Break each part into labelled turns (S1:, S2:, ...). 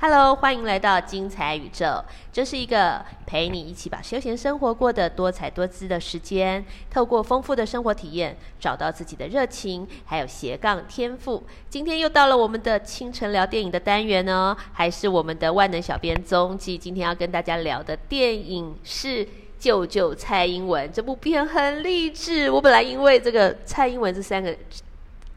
S1: Hello，欢迎来到精彩宇宙，这是一个陪你一起把休闲生活过得多彩多姿的时间。透过丰富的生活体验，找到自己的热情，还有斜杠天赋。今天又到了我们的清晨聊电影的单元呢，还是我们的万能小编踪迹。今天要跟大家聊的电影是。救救蔡英文！这部片很励志。我本来因为这个“蔡英文”这三个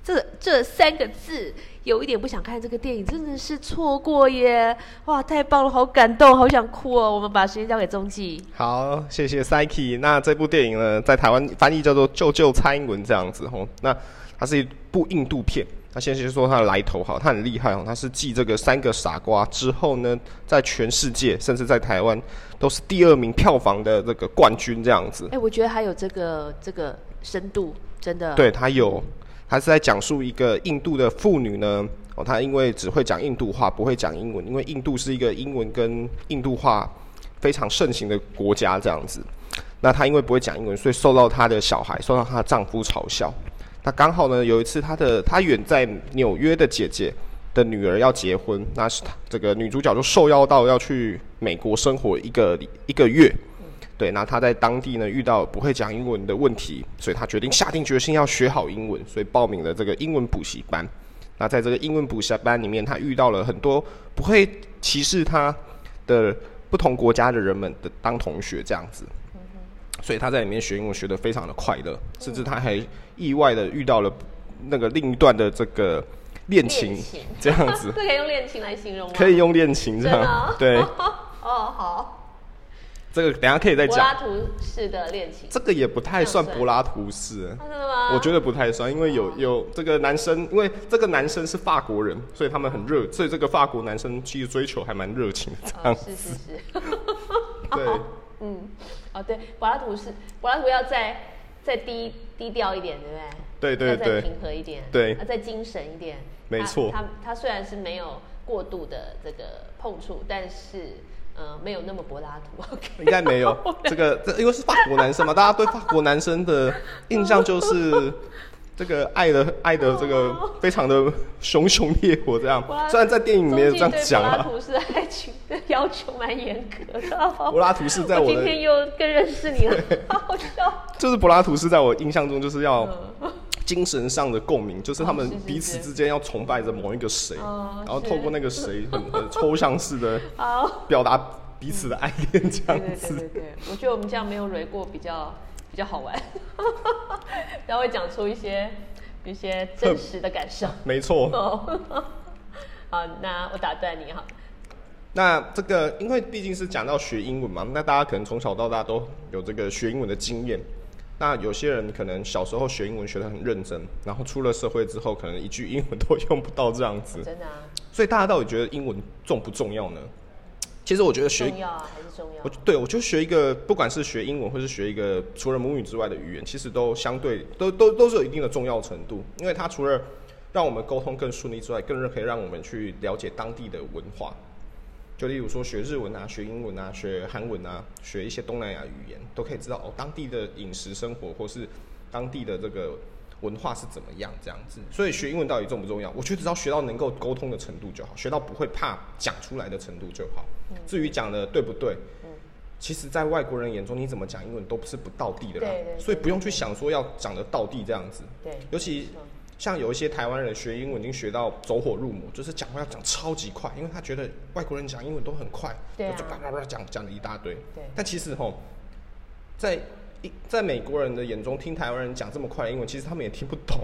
S1: 这这三个字，有一点不想看这个电影，真的是错过耶！哇，太棒了，好感动，好想哭哦。我们把时间交给中纪。
S2: 好，谢谢 Psyche。那这部电影呢，在台湾翻译叫做《救救蔡英文》这样子吼。那它是一部印度片。那先先说它的来头哈，它很厉害哦，它是继这个三个傻瓜之后呢，在全世界甚至在台湾都是第二名票房的这个冠军这样子
S1: 哎、。我觉得还有这个这个深度，真的。
S2: 对，它有，它是在讲述一个印度的妇女呢，哦，她因为只会讲印度话，不会讲英文，因为印度是一个英文跟印度话非常盛行的国家这样子。那她因为不会讲英文，所以受到她的小孩，受到她的丈夫嘲笑。那刚好呢，有一次她的她远在纽约的姐姐的女儿要结婚，那是她这个女主角就受邀到要去美国生活一个礼一个月。对，那她在当地呢遇到不会讲英文的问题，所以她决定下定决心要学好英文，所以报名了这个英文补习班。那在这个英文补习班里面，她遇到了很多不会歧视她的不同国家的人们的当同学这样子，所以她在里面学英文学得非常的快乐，甚至她还意外的遇到了那个另一段的这个恋情
S1: 恋情，
S2: 这样子
S1: 这可以用恋情来形容吗？
S2: 可以用恋情这
S1: 真的哦
S2: 样，对，
S1: 哦，好，
S2: 这个等一下可以再
S1: 柏
S2: 讲
S1: 拉。图式的恋情，
S2: 这个也不太算柏拉图式，
S1: 啊真的吗？
S2: 我觉得不太算，因为有有这个男生，因为这个男生是法国人，所以他们很热，所以这个法国男生其实追求还蛮热情的这
S1: 哦
S2: 样。
S1: 是是是。
S2: 对，
S1: 嗯，哦对，柏拉图是柏拉图要再再低低调一点，对不对？
S2: 对对
S1: 要再
S2: 对
S1: 平和一点，
S2: 对
S1: 要再精神一点。
S2: 没
S1: 他
S2: 错
S1: 他他虽然是没有过度的这个碰触，但是呃没有那么柏拉图。OK，
S2: 应该 没有这个，这因为是法国男生嘛，大家对法国男生的印象就是这个爱的爱的这个非常的熊熊烈火这样
S1: 柏拉。
S2: 虽然在电影里面
S1: 中
S2: 这
S1: 纪
S2: 样
S1: 对柏
S2: 讲
S1: 拉
S2: 啊，
S1: 图是爱情的要求蛮严格的。
S2: 柏 拉图是在我
S1: 今
S2: 的
S1: 天又更认识你 了，好笑。
S2: 就是柏拉图是在我印象中就是要
S1: 嗯
S2: 精神上的共鸣，就是他们
S1: 是是是
S2: 彼此之间要崇拜着某一个谁，
S1: 哦
S2: 嗯然后
S1: 是
S2: 透过那个谁 很很抽象式的
S1: 好，
S2: 表达彼此的爱恋这
S1: 对
S2: 样
S1: 对对
S2: 子。
S1: 对对，我觉得我们这样没有蕊过比较比较好玩， 然后会讲出一些一些真实的感受。
S2: 没错，
S1: 哦， 好，那我打断你哈。
S2: 那这个因为毕竟是讲到学英文嘛，那大家可能从小到大都有这个学英文的经验。那有些人可能小时候学英文学得很认真，然后出了社会之后，可能一句英文都用不到这样子。
S1: 真的啊，
S2: 所以大家到底觉得英文重不重要呢？其实我觉得学
S1: 重要啊，还是重要
S2: 我。对我就学一个，不管是学英文或是学一个除了母语之外的语言，其实都相对都都都是有一定的重要程度，因为它除了让我们沟通更顺利之外，更可以让我们去了解当地的文化。就例如说学日文啊、学英文啊、学韩文啊、学一些东南亚语言，都可以知道哦当地的饮食生活或是当地的这个文化是怎么样这样子。所以学英文到底重不重要？我觉得只要学到能够沟通的程度就好，学到不会怕讲出来的程度就好。
S1: 嗯
S2: 至于讲的对不对，其实，在外国人眼中，你怎么讲英文都不是不到地的啦，
S1: 对对对
S2: 所以不用去想说要讲的到地这样子。
S1: 对，
S2: 尤其
S1: 嗯
S2: 像有一些台湾人学英文已经学到走火入魔，就是讲话要讲超级快，因为他觉得外国人讲英文都很快，
S1: 对啊
S2: 就叭叭叭讲讲了一大堆。
S1: 对
S2: 但其实吼，在一在美国人的眼中，听台湾人讲这么快的英文，其实他们也听不懂，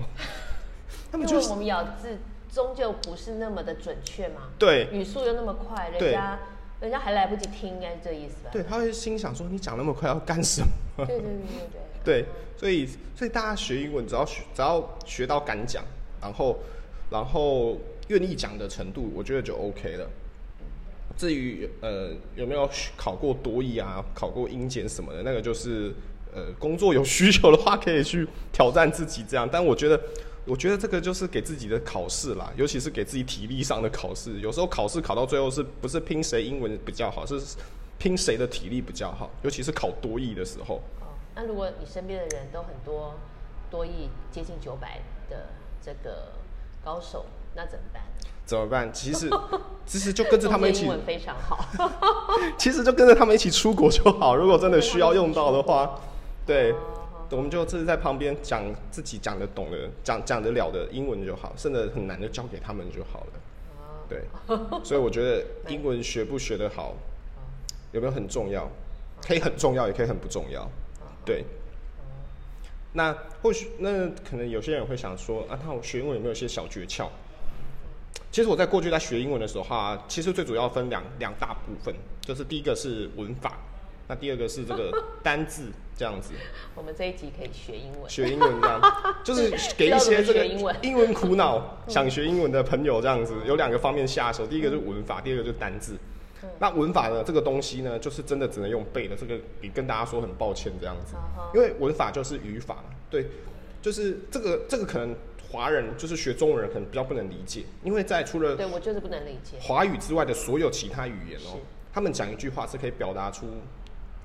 S2: 他
S1: 因
S2: 们
S1: 为
S2: 就是
S1: 我们咬字终究不是那么的准确嘛，
S2: 对
S1: 语速又那么快，人
S2: 对
S1: 家人家还来不及听，应该是这意思吧？啊
S2: 对，他会心想说你讲那么快要干什么？
S1: 对对对对对。
S2: 对，所以所以大家学英文，只要学只要学到敢讲，然后然后愿意讲的程度，我觉得就 OK 了。至于呃有没有考过多译啊，考过英检什么的，那个就是呃工作有需求的话，可以去挑战自己这样。但我觉得，我觉得这个就是给自己的考试啦，尤其是给自己体力上的考试。有时候考试考到最后，是不是拼谁英文比较好，是拼谁的体力比较好，尤其是考多译的时候。
S1: 哦，那如果你身边的人都很多多亿接近九百的这个高手，那怎么办？
S2: 怎么 办？其实其实就跟着他们一
S1: 中间
S2: 起
S1: 英，文非常好，
S2: 其实就跟着他们一起出国就好。如果真的需要用到的
S1: 哦
S2: 话，对，我们就自己在旁边讲自己讲得懂的、讲讲得了的英文就好，甚至很难就交给他们就好了。
S1: 哦
S2: 对，所以我觉得英文学不学得
S1: 哦
S2: 好，有没有很重要？可以很重要，也可以很不重要。
S1: 哦
S2: 对。那或许那可能有些人会想说啊，那我学英文有没有一些小诀窍？其实我在过去在学英文的时候哈，其实最主要分两两大部分，就是第一个是文法，那第二个是这个单字这样 子。
S1: 我们这一集可以学英文。
S2: 学英文这样，就是给一些这个英文苦恼、想学英文的朋友这样子，有两个方面下手，第一个就是文法，第二个就是单字。那文法呢，这个东西呢，就是真的只能用背的，这个也跟大家说很抱歉这样子
S1: 啊哈，
S2: 因为文法就是语法嘛，对，就是这个这个可能华人就是学中文人可能比较不能理解，因为在除了
S1: 对我就是不能理解。
S2: 华语之外的所有其他语言
S1: 是，
S2: 哦他们讲一句话是可以表达出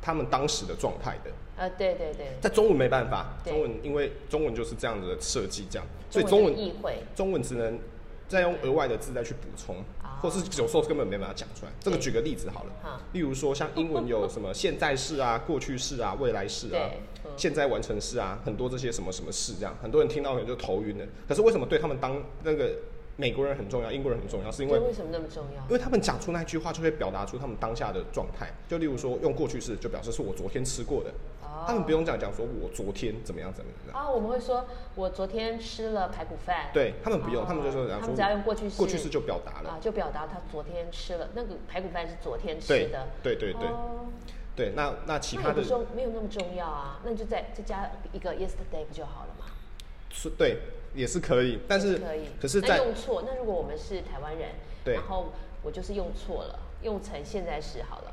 S2: 他们当时的状态的，
S1: 啊，对对对，
S2: 在中文没办法，
S1: 对
S2: 中文因为中文就是这样子的设计，这样，所以中
S1: 中
S2: 文
S1: 文意会
S2: 中文只能再用额外的字再去补充，
S1: 啊
S2: 或是有时候根本没办法讲出来。这个
S1: 对
S2: 举个例子好
S1: 好
S2: 了，例如说像英文有什么现在式啊、过去式啊、未来式啊
S1: 对嗯、
S2: 现在完成式啊，很多这些什么什么式这样，很多人听到可能就头晕了。可是为什么对他们当那个美国人很重要，英国人很重要，是因为
S1: 对为什么那么重要
S2: 因？为他们讲出那句话，就会表达出他们当下的状态。就例如说，用过去式就表示是我昨天吃过的，
S1: 哦
S2: 他们不用讲讲说我昨天怎么样怎么样。
S1: 啊，我们会说，我昨天吃了排骨饭。
S2: 对他们不
S1: 哦
S2: 用，他们就说讲
S1: 他
S2: 说
S1: 们只要用过去式，
S2: 过去式就表达了。
S1: 啊，就表达他昨天吃了那个排骨饭是昨天
S2: 对
S1: 吃的。
S2: 对对对
S1: 哦
S2: 对，那那其
S1: 那
S2: 他
S1: 也
S2: 的
S1: 不重，没有那么重要啊。那你就再再加一个 yesterday 不就好了嘛？
S2: 是对也是可以，但是
S1: 可以。
S2: 可是
S1: 那
S2: 在
S1: 用错，那如果我们是台湾人，
S2: 对
S1: 然后我就是用错了，用成现在时好了。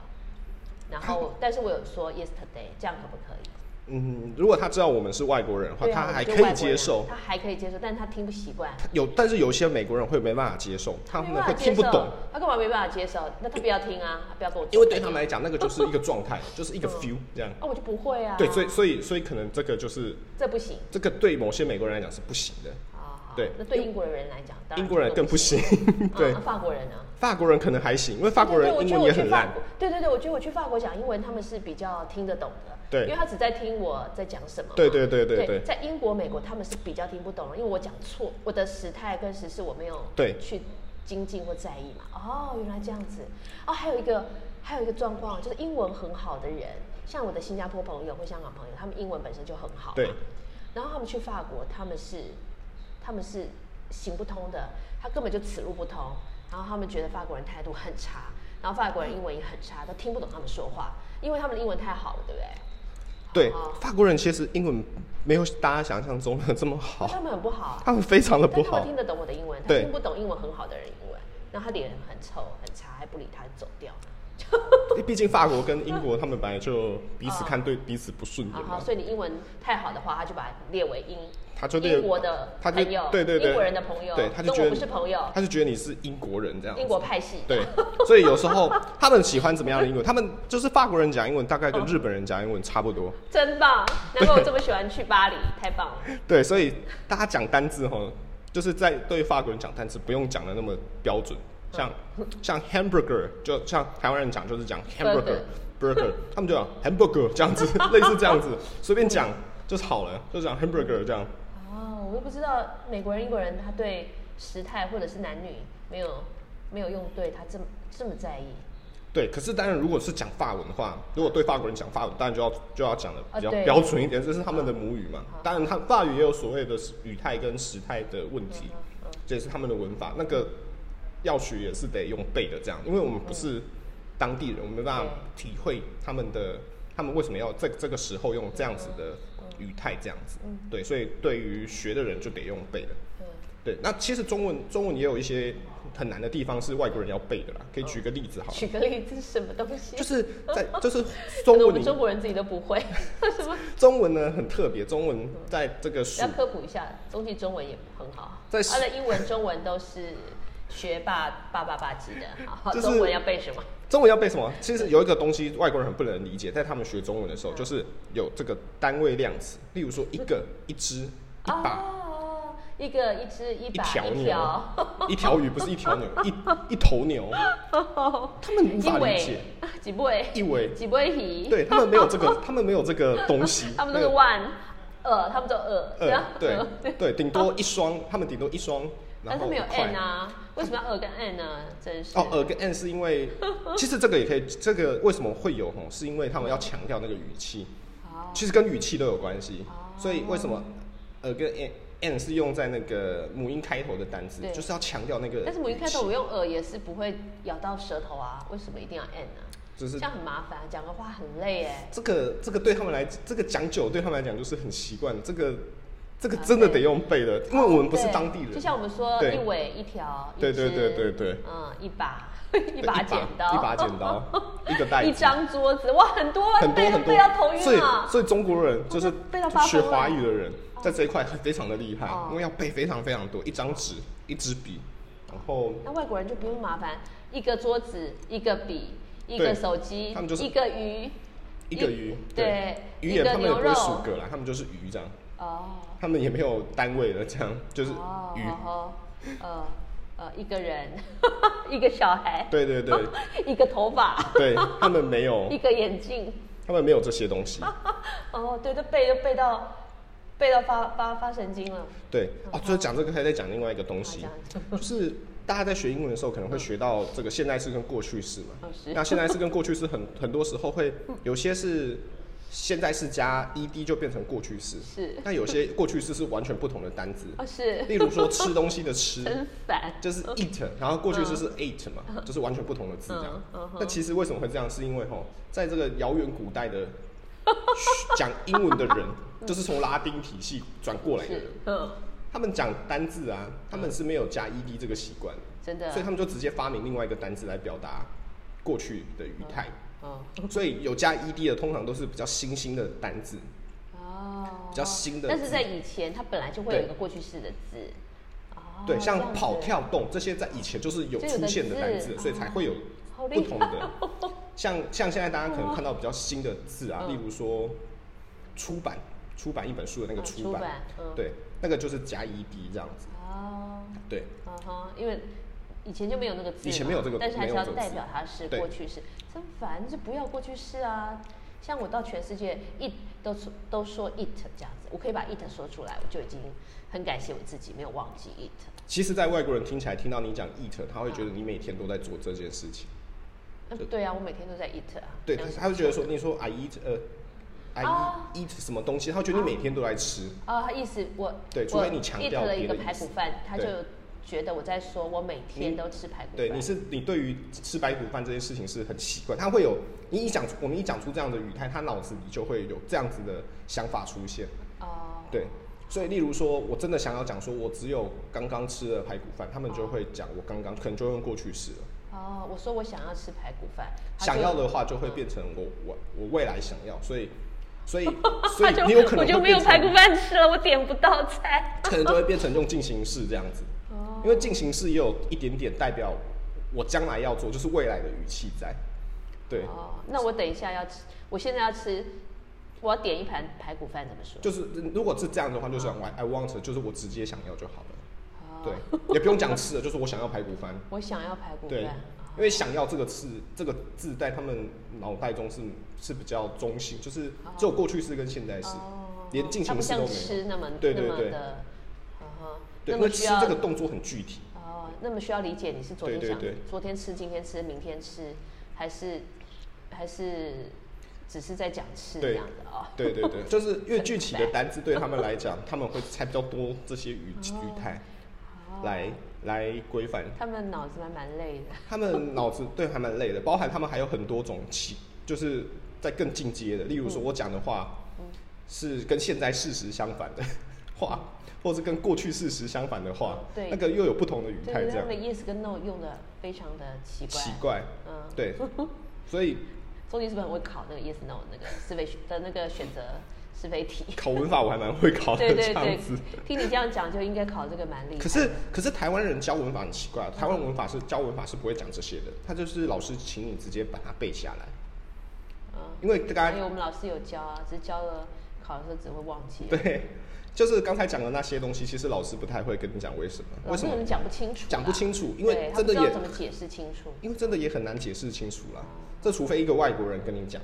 S1: 然后，但是我有说 yesterday，这样可不可以？
S2: 嗯，如果他知道我们是外国人的话，
S1: 对啊
S2: 他还
S1: 我就
S2: 可
S1: 外
S2: 以
S1: 国
S2: 接
S1: 人
S2: 受。
S1: 他还可以接受，但是他听不习惯，
S2: 有，但是有一些美国人会没办法接受，他
S1: 没
S2: 们
S1: 办
S2: 会
S1: 法
S2: 听
S1: 接
S2: 不
S1: 受。
S2: 懂，
S1: 他干嘛没办法接受？那他不要听啊，他不要跟我做朋友。
S2: 因为对他们来讲，那个就是一个状态，就是一个 feel 这样。
S1: 啊，我就不会啊。
S2: 对，所以所以所以可能这个就是
S1: 这不行
S2: 这个对某些美国人来讲是不行的，
S1: 啊。好
S2: 对
S1: 那对英国人来讲，当然
S2: 英国人
S1: 就
S2: 更不行。 对
S1: 啊，，法国人呢？
S2: 法国人可能还行，因为法国人
S1: 对对
S2: 英文也很烂。。
S1: 对我觉得我去法国对对对，我觉得我去法国讲英文，他们是比较听得懂的。
S2: 对
S1: 因为他只在听我在讲什么嘛。
S2: 对对对对
S1: 对
S2: 对
S1: 在英国、美国，他们是比较听不懂的，因为我讲错，我的时态跟时事我没有
S2: 对
S1: 去精进或在意嘛。哦，原来这样子。哦，还有一个还有一个状况就是英文很好的人，像我的新加坡朋友或香港朋友，他们英文本身就很好嘛。
S2: 对
S1: 然后他们去法国，他们是他们是行不通的，他根本就此路不通。然后他们觉得法国人态度很差，然后法国人英文也很差，都听不懂他们说话，因为他们的英文太好了，对不对？
S2: 对
S1: 哦，
S2: 法国人其实英文没有大家想象中的这么
S1: 那
S2: 好，
S1: 他们很不好啊，
S2: 他们非常的 不
S1: 但他们
S2: 好
S1: 听。得懂我的英文，他
S2: 对
S1: 听不懂英文很好的人英文，然后他脸很臭很差，还不理他走掉。
S2: 毕竟法国跟英国他们本来就彼此 看对彼此不顺
S1: 啊
S2: 眼
S1: 哈，
S2: 嘛，
S1: 所以你英文太好的话，他就把你列为英，
S2: 他就列
S1: 英国的
S2: 他就
S1: 朋友，
S2: 对对对
S1: 英国人的朋友，
S2: 对他就觉
S1: 跟我
S2: 得
S1: 不是朋友，
S2: 他就觉得你是英国人这样子
S1: 英。国派系，
S2: 对，所以有时候他们喜欢怎么样的英文？他们就是法国人讲英文，大概跟日本人讲英文差不多。
S1: 真 棒！难怪我这么喜欢去巴黎，太棒了。
S2: 对，所以大家讲单字哈，就是在对法国人讲单字，不用讲的那么标准。像像 hamburger，就像台湾人讲就是讲 hamburger burger，他们就讲 hamburger 这样子，类似这样子，随便讲就是好了，就讲 hamburger 这样。
S1: 哦，我都不知道美国人、英国人他对时态或者是男女没有没有用对他这么这么在意
S2: 对，可是当然，如果是讲法文的话，如果对法国人讲法文，当然就要就要讲的比较
S1: 啊对
S2: 标准一点，这是他们的母语嘛
S1: 好。
S2: 当然，他法语也有所谓的语态跟时态的问题
S1: 嗯嗯，
S2: 这也是他们的文法。那个要学也是得用背的，这样，因为我们不是当地人，我们没办法
S1: 对
S2: 体会他们的他们为什么要在这个时候用这样子的语态，这样子。对，所以对于学的人就得用背的。
S1: 嗯
S2: 对，那其实中文中文也有一些很难的地方是外国人要背的啦。可以举个例子好了。
S1: 举个例子，什么东西？
S2: 就是在就是
S1: 可
S2: 中
S1: 能我
S2: 文
S1: 们
S2: 里
S1: 中国人自己都不 会，什么？
S2: 中文呢很特别，中文在这个暑
S1: 要科普一下，中记中文也很好，
S2: 在
S1: 他的英文、中文都是学霸爸爸爸级的，好，
S2: 就是
S1: 中文要背什么？
S2: 中文要背什么？其实有一个东西外国人很不能理解，在他们学中文的时候，就是有这个单位量词，例如说一个、一只、一把，
S1: 哦，一个一只一把
S2: 条
S1: 一
S2: 牛
S1: 条，
S2: 一条鱼不是一条牛， 一一头牛，他们无
S1: 一
S2: 法理
S1: 尾
S2: 解，
S1: 几尾，
S2: 一尾，
S1: 几尾鱼，
S2: 对他们没有这 个，他们没有这个东西，
S1: 他们都
S2: 没
S1: 是
S2: 有
S1: one，呃，他们都二，这样
S2: 呃， 对对，顶多一双，他们顶多一双，然
S1: 但是
S2: 后
S1: 没有
S2: 一块
S1: n 啊，为什么要二跟 n 呢？真是
S2: 哦，耳跟 n 是因 为，其实这个也可以，这个为什么会有吼？是因为他们要强调那个语气，
S1: 哦
S2: 其实跟语气都有关系
S1: 哦。
S2: 所以为什么耳跟 n n 是用在那个母音开头的单字
S1: 对，
S2: 就是要强调那个语气。
S1: 但是我一开头我用耳也是不会咬到舌头啊，为什么一定要 n 呢、
S2: 就是
S1: 这样很麻烦，讲个话很累哎。
S2: 这个这个对他们来，这个讲久对他们来讲就是很习惯，这个这个真的得用背的，因为我们不是
S1: 啊对
S2: 当地
S1: 就
S2: 人。
S1: 像我们说
S2: 对
S1: 一尾一条，一
S2: 对对
S1: 只
S2: 对对对
S1: 嗯，一把
S2: 对
S1: 一把剪刀，
S2: 一把剪刀， 一个袋子，
S1: 一张桌子，哇，很多
S2: 很多
S1: 背
S2: 很多
S1: 背到头，
S2: 所以
S1: 晕啊。
S2: 所以中国人就是
S1: 背到发
S2: 学
S1: 疯了
S2: 华语的人，在这一块非常的厉害
S1: 哦，
S2: 因为要背非常非常多，一张纸，一支笔，然后
S1: 那外国人就不用麻烦，一个桌子，一个笔，一个
S2: 对
S1: 手机
S2: 他们就，是
S1: 一个鱼，
S2: 一个鱼，
S1: 对，
S2: 鱼
S1: 一
S2: 也
S1: 个
S2: 他们也
S1: 牛
S2: 不
S1: 肉
S2: 会数个啦，他们就是鱼这样，
S1: 哦。
S2: 他们也没有单位的这样，就是
S1: 哦
S2: 鱼，
S1: 哦呃呃，一个人， 一个小孩，
S2: 对 对对哦
S1: 一个头发，
S2: 对，他们没有
S1: 一，个眼镜，
S2: 他们没有这些东西。
S1: 哦，对，都背都背到背到发发发神经了。
S2: 对，哦，就是讲这个，还在讲另外一个东
S1: 啊
S2: 西
S1: 这样，
S2: 就是大家在学英文的时候，可能会学到这个现代式跟过去式嘛
S1: 嗯是。
S2: 那现代式跟过去 式很很多时候会有些是现代式加 ed 就变成过去式，
S1: 是
S2: 那有些过去式是完全不同的单字，
S1: 哦，是
S2: 例如说吃东西 的吃，
S1: 真烦。
S2: 就是 eat，然后过去式是 ate 嘛，就是完全不同的字这样
S1: 嗯嗯哼。
S2: 那其实为什么会这样？是因为吼，在这个遥远古代 的讲英文的人，就是从拉丁体系转过来的人
S1: 嗯是。，嗯，
S2: 他们讲单字啊，他们是没有加 ed 这个习惯，
S1: 真的
S2: 所以，他们就直接发明另外一个单字来表达过去的语态。
S1: 嗯，
S2: 所以有加 ed 的，通常都是比较新兴的单字，
S1: 哦，
S2: 比较新的字
S1: 但是在以前，它本来就会有
S2: 对
S1: 一个过去式的字。哦
S2: 对，
S1: 这样
S2: 像
S1: 子
S2: 跑、跳、动这些，在以前就是有
S1: 就有的
S2: 出现的单字，
S1: 字哦
S2: 所以才会有
S1: 好厉害
S2: 不同的。像像现在大家可能看到比较新的字啊，
S1: 哦嗯
S2: 例如说出版，出版一本书的那个
S1: 嗯
S2: 出
S1: 出
S2: 版，
S1: 版，嗯，，
S2: 对，那个就是加 ed 这样子，
S1: 哦，
S2: 对。
S1: 嗯哼，因为以前就没有那个字嘛，
S2: 以前没有这个
S1: 但是还是
S2: 没
S1: 要
S2: 有这个字
S1: 代表它是
S2: 对
S1: 过去式，真烦，就不要过去式啊。像我到全世界 it 都说都说 it 这样子，我可以把 it 说出来，我就已经很感谢我自己没有忘记 it。
S2: 其实，在外国人听起来听到你讲 eat，他会觉得你每天都在做这件事情。
S1: 嗯，对啊，我每天都在 it 啊。
S2: 对，
S1: 这
S2: 他
S1: 样子
S2: 他会觉得说，你说 I eat 呃，I
S1: 啊
S2: eat 什么东西，他会觉得你每天都在吃。
S1: 啊，他意思我
S2: 对除
S1: 我
S2: 非你强
S1: it
S2: 调
S1: 了一
S2: 别
S1: 个
S2: 的
S1: 排
S2: 意思
S1: 骨饭，他就
S2: 对
S1: 觉得我在说我每天都吃排骨饭。
S2: 对，你是你对于吃白骨饭这件事情是很习惯，他会有你一讲出我们一讲出这样的语态，他脑子里就会有这样子的想法出现。
S1: 哦，
S2: 对，所以例如说我真的想要讲说我只有刚刚吃了排骨饭，他们就会讲我刚刚，可能就会用过去式了。
S1: 哦，我说我想要吃排骨饭，他
S2: 想
S1: 就
S2: 要的话就会变成我我我未来想要，所以所以 所
S1: 他
S2: 以
S1: 就
S2: 你有可能
S1: 我就
S2: 会
S1: 没有
S2: 变成
S1: 排骨饭吃了，我点不到菜。
S2: 可能就会变成用进行式这样子，
S1: 哦
S2: 因为进行式也有一点点代表我将来要做，就是未来的语气在。对，
S1: 哦，那我等一下要吃，我现在要吃，我要点一盘排骨饭，怎么说？
S2: 就是如果是这样的话，就是 I I want，就是我直接想要就好了。
S1: 哦，
S2: 对，也不用讲吃的，就是我想要排骨饭。
S1: 我想要排骨
S2: 对
S1: 饭。，
S2: 因为想要这个字，这个字在他们脑袋中是是比较中性，就是只有过去式跟现在式，
S1: 哦
S2: 连进
S1: 它
S2: 行
S1: 不
S2: 式都
S1: 像
S2: 没有。
S1: 吃那么
S2: 对对
S1: 那么
S2: 对
S1: 的，嗯哼
S2: 对，
S1: 那
S2: 因为
S1: 么
S2: 吃
S1: 需要
S2: 这个动作很具体。
S1: 哦，那么需要理解你是昨天
S2: 对对
S1: 想
S2: 对
S1: 昨天吃，今天吃，明天吃，还是还是只是在讲吃这
S2: 对
S1: 样子哦。
S2: 对对对，就是越具体的单字对他们来讲，他们会猜比较多这些语语态。
S1: 哦
S2: 来来规范。
S1: 他们脑子蛮蛮累的。
S2: 他们脑子对还蛮累的，包含他们还有很多种其，就是在更进阶的，例如说我讲的话、是跟现在事实相反的话，或是跟过去事实相反的话，
S1: 对
S2: 那个又有不同的语
S1: 对
S2: 态，
S1: 对，
S2: 这
S1: 他
S2: 样
S1: 们的 yes 跟 no 用的非常的奇怪。
S2: 奇怪，
S1: 嗯，
S2: 对，所以
S1: 中间是不是很会考那个 yes no 那个是非的那个选择是非题？
S2: 考文法我还蛮会考的
S1: 对
S2: 这
S1: 对
S2: 样
S1: 对
S2: 子。，
S1: 听你这样讲就应该考这个蛮厉害。
S2: 可是，可是台湾人教文法很奇怪，台湾文法是教文法是不会讲这些的，他就是老师请你直接把它背下来，
S1: 嗯，
S2: 因为大家
S1: 哎因为我们老师有教啊，只是教了考的时候只会忘记。
S2: 对，就是刚才讲的那些东西，其实老师不太会跟你讲为什么，
S1: 老
S2: 为
S1: 师
S2: 什
S1: 可
S2: 么
S1: 能讲不清楚啦，
S2: 讲不清楚，因为
S1: 嗯对他
S2: 真
S1: 不
S2: 的
S1: 知道
S2: 也
S1: 怎么解释清楚。
S2: 因为真的也很难解释清楚啦。这除非一个外国人跟你讲，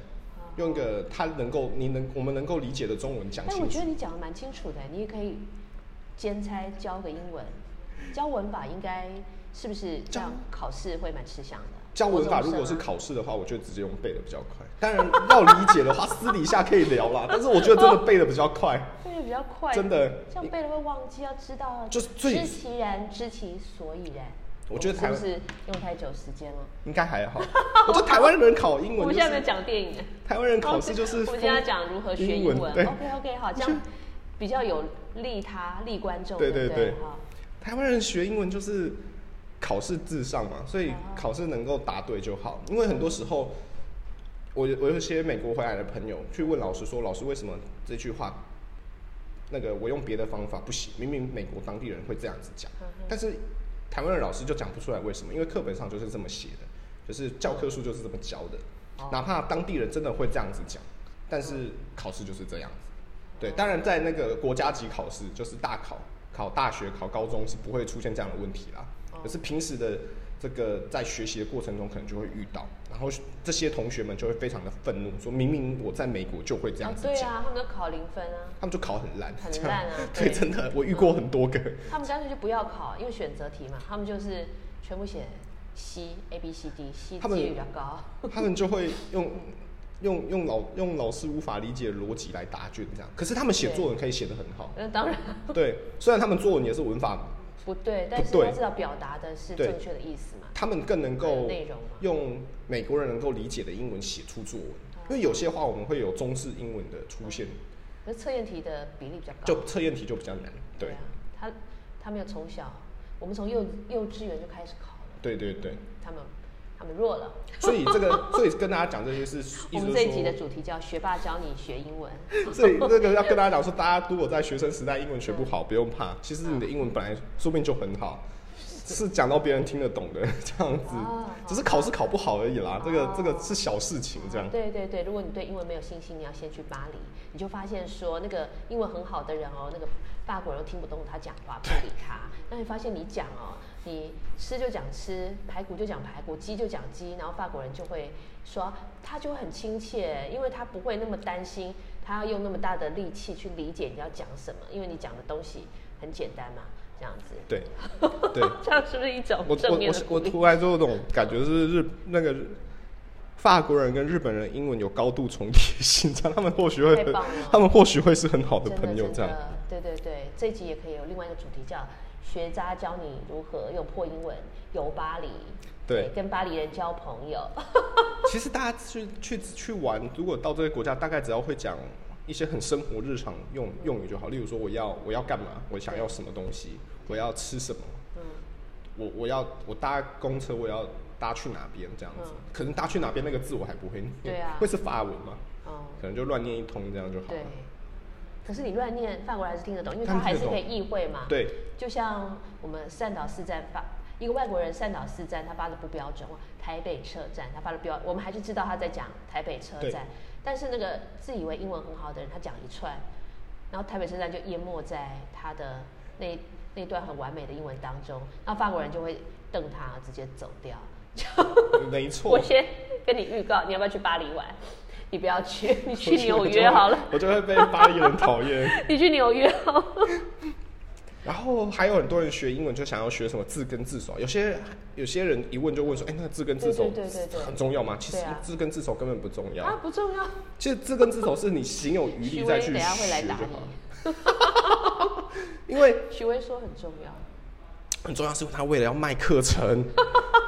S2: 用一个他能够你能我们能够理解的中文讲
S1: 哎但我
S2: 清
S1: 觉
S2: 楚
S1: 得。你讲的蛮清楚的，你也可以兼差教个英文，教文法应该是不是这样考试会蛮吃香的？
S2: 教文法
S1: 国
S2: 如
S1: 中生
S2: 果是
S1: 啊
S2: 考试的话，我觉得直接用背的比较快。当然要理解的话，私底下可以聊啦。但是我 觉得真的背的比较快，
S1: 背的比较快，
S2: 真的
S1: 哦这样背了会忘记，要知道
S2: 就是最
S1: 知其然，知其所以然。
S2: 我觉得
S1: 是
S2: 台
S1: 不
S2: 湾
S1: 是用太久时间了？
S2: 应该还好。我觉得台湾人考英
S1: 我
S2: 文
S1: 们
S2: 就
S1: 现在没
S2: 是
S1: 有讲电影，
S2: 台湾人考试就是
S1: 我们今天要讲如何学英文。
S2: 对
S1: OK OK，好，这样比较有利他利观众，
S2: 对
S1: 对
S2: 对
S1: 不
S2: 对
S1: 好
S2: 台湾人学英文就是考试至上嘛，所以考试能够答对就好。因为很多时候，我有我有一些美国回来的朋友去问老师说：“老师，为什么这句话那个我用别的方法不行？明明美国当地人会这样子讲，
S1: 嗯
S2: 但是台湾的老师就讲不出来为什么，因为课本上就是这么写的，就是教科书就是这么教的。
S1: 哦
S2: 哪怕当地人真的会这样子讲，但是考试就是这样子。对，
S1: 哦
S2: 当然在那个国家级考试，就是大考、考大学、考高中是不会出现这样的问题啦。
S1: 哦
S2: 可是平时的这个在学习的过程中，可能就会遇到，然后这些同学们就会非常的愤怒，说明明我在美国就会这
S1: 啊
S2: 样，子
S1: 对
S2: 讲，
S1: 啊，他们都考零分啊，
S2: 他们就考很烂，
S1: 很
S2: 这样
S1: 烂啊
S2: 对，
S1: 对
S2: 真的，我遇过很多个。
S1: 他们干脆就不要考，因为选择题嘛，他们就是全部写 C A B C D，C
S2: 他
S1: 几
S2: 们
S1: 率比较 高。
S2: 他们就会用用用老用老师无法理解的逻辑来答卷，这样。可是他们写作文可以写得很好，
S1: 那当然
S2: 对。虽然他们作文也是文法，
S1: 不对，但是
S2: 不对
S1: 他至少表达的是
S2: 对
S1: 正确的意思嘛。
S2: 他们更能够
S1: 内容嘛
S2: 用美国人能够理解的英文写出作文，因为有些话我们会有中式英文的出现，
S1: 可是测验题的比例比较高。
S2: 就测验题就比较难。对
S1: 啊，，他他们有从小，我们从幼幼稚园就开始考了，
S2: 对对对，
S1: 他们他们弱了。
S2: 所以这个，所以跟大家讲这些是，意
S1: 我
S2: 思
S1: 们
S2: 就
S1: 这
S2: 是
S1: 一集的
S2: 说，
S1: 主题叫“学霸教你学英文
S2: 所以这个要跟大家讲说，大家如果在学生时代英文学不好，不用怕，其实你的英文本来说不定就很好。是讲到别人听得懂的这样子
S1: 哦，
S2: 只是考试考不好而已啦。这个
S1: 哦
S2: 这个是小事情，”这样。
S1: 对对对，如果你对英文没有信心，你要先去巴黎，你就发现说那个英文很好的人哦，那个法国人都听不懂他讲话，不理他。那你发现你讲哦，你吃就讲吃，排骨就讲排骨，鸡就讲鸡，然后法国人就会说，他就会很亲切，因为他不会那么担心，他要用那么大的力气去理解你要讲什么，因为你讲的东西很简单嘛，这样子。
S2: 对对，
S1: 这样是不是一种
S2: 我
S1: 正
S2: 我
S1: 面的
S2: 我
S1: 鼓
S2: 我
S1: 励？
S2: 突然就有种感觉，是日那个日法国人跟日本人英文有高度重叠性，这样他们或许会
S1: 太
S2: 很
S1: 棒了，
S2: 他们或许会是很好的
S1: 真的
S2: 朋友，这样
S1: 真。的，对对对，这集也可以有另外一个主题叫“学渣教你如何用破英文游巴黎”，
S2: 对
S1: 跟巴黎人交朋友。
S2: 其实大家去去去玩，如果到这个国家，大概只要会讲一些很生活日常用用语就好。例如说，我要我要干嘛，我想要什么东西，我要吃什么，
S1: 嗯，
S2: 我我要我搭公车，我要搭去哪边这样
S1: 嗯
S2: 子。可能搭去哪边那个字我还不会念，
S1: 对啊
S2: 会是法文嘛，
S1: 哦，
S2: 可能就乱念一通这样就好
S1: 对
S2: 了。。
S1: 可是你乱念，法国人还是听得懂，因为
S2: 他
S1: 他
S2: 们
S1: 还
S2: 听
S1: 是
S2: 得
S1: 可以意会嘛。。
S2: 对
S1: 就像我们善导四站发一个外国人善导四站，他发的不标准，哇，台北车站他发的标，我们还是知道他在讲台北车
S2: 对
S1: 站，但是那个自以为英文很好的人，他讲一串，然后台北车站就淹没在他的那那段很完美的英文当中，那法国人就会瞪他，直接走掉。
S2: 没
S1: 我
S2: 错。
S1: 先跟你预告，你要不要去巴黎玩？你不要去，你去
S2: 我
S1: 纽
S2: 就
S1: 约好了，，
S2: 我就会被巴黎人讨厌。
S1: 你去纽约好了。
S2: 然后还有很多人学英文就想要学什么字根字首，有些有些人一问就问说，哎，那个字根字首
S1: 对对对对对
S2: 很重要吗？其实
S1: 对啊
S2: 字根字首根本不重要，
S1: 啊，不重要。
S2: 其实字根字首是你行有余
S1: 徐
S2: 力
S1: 威
S2: 再去
S1: 等
S2: 学
S1: 下会来
S2: 就
S1: 打
S2: 好了。
S1: 你。
S2: 因为
S1: 徐威说很重要。
S2: 很重要是因为他为了要卖课程，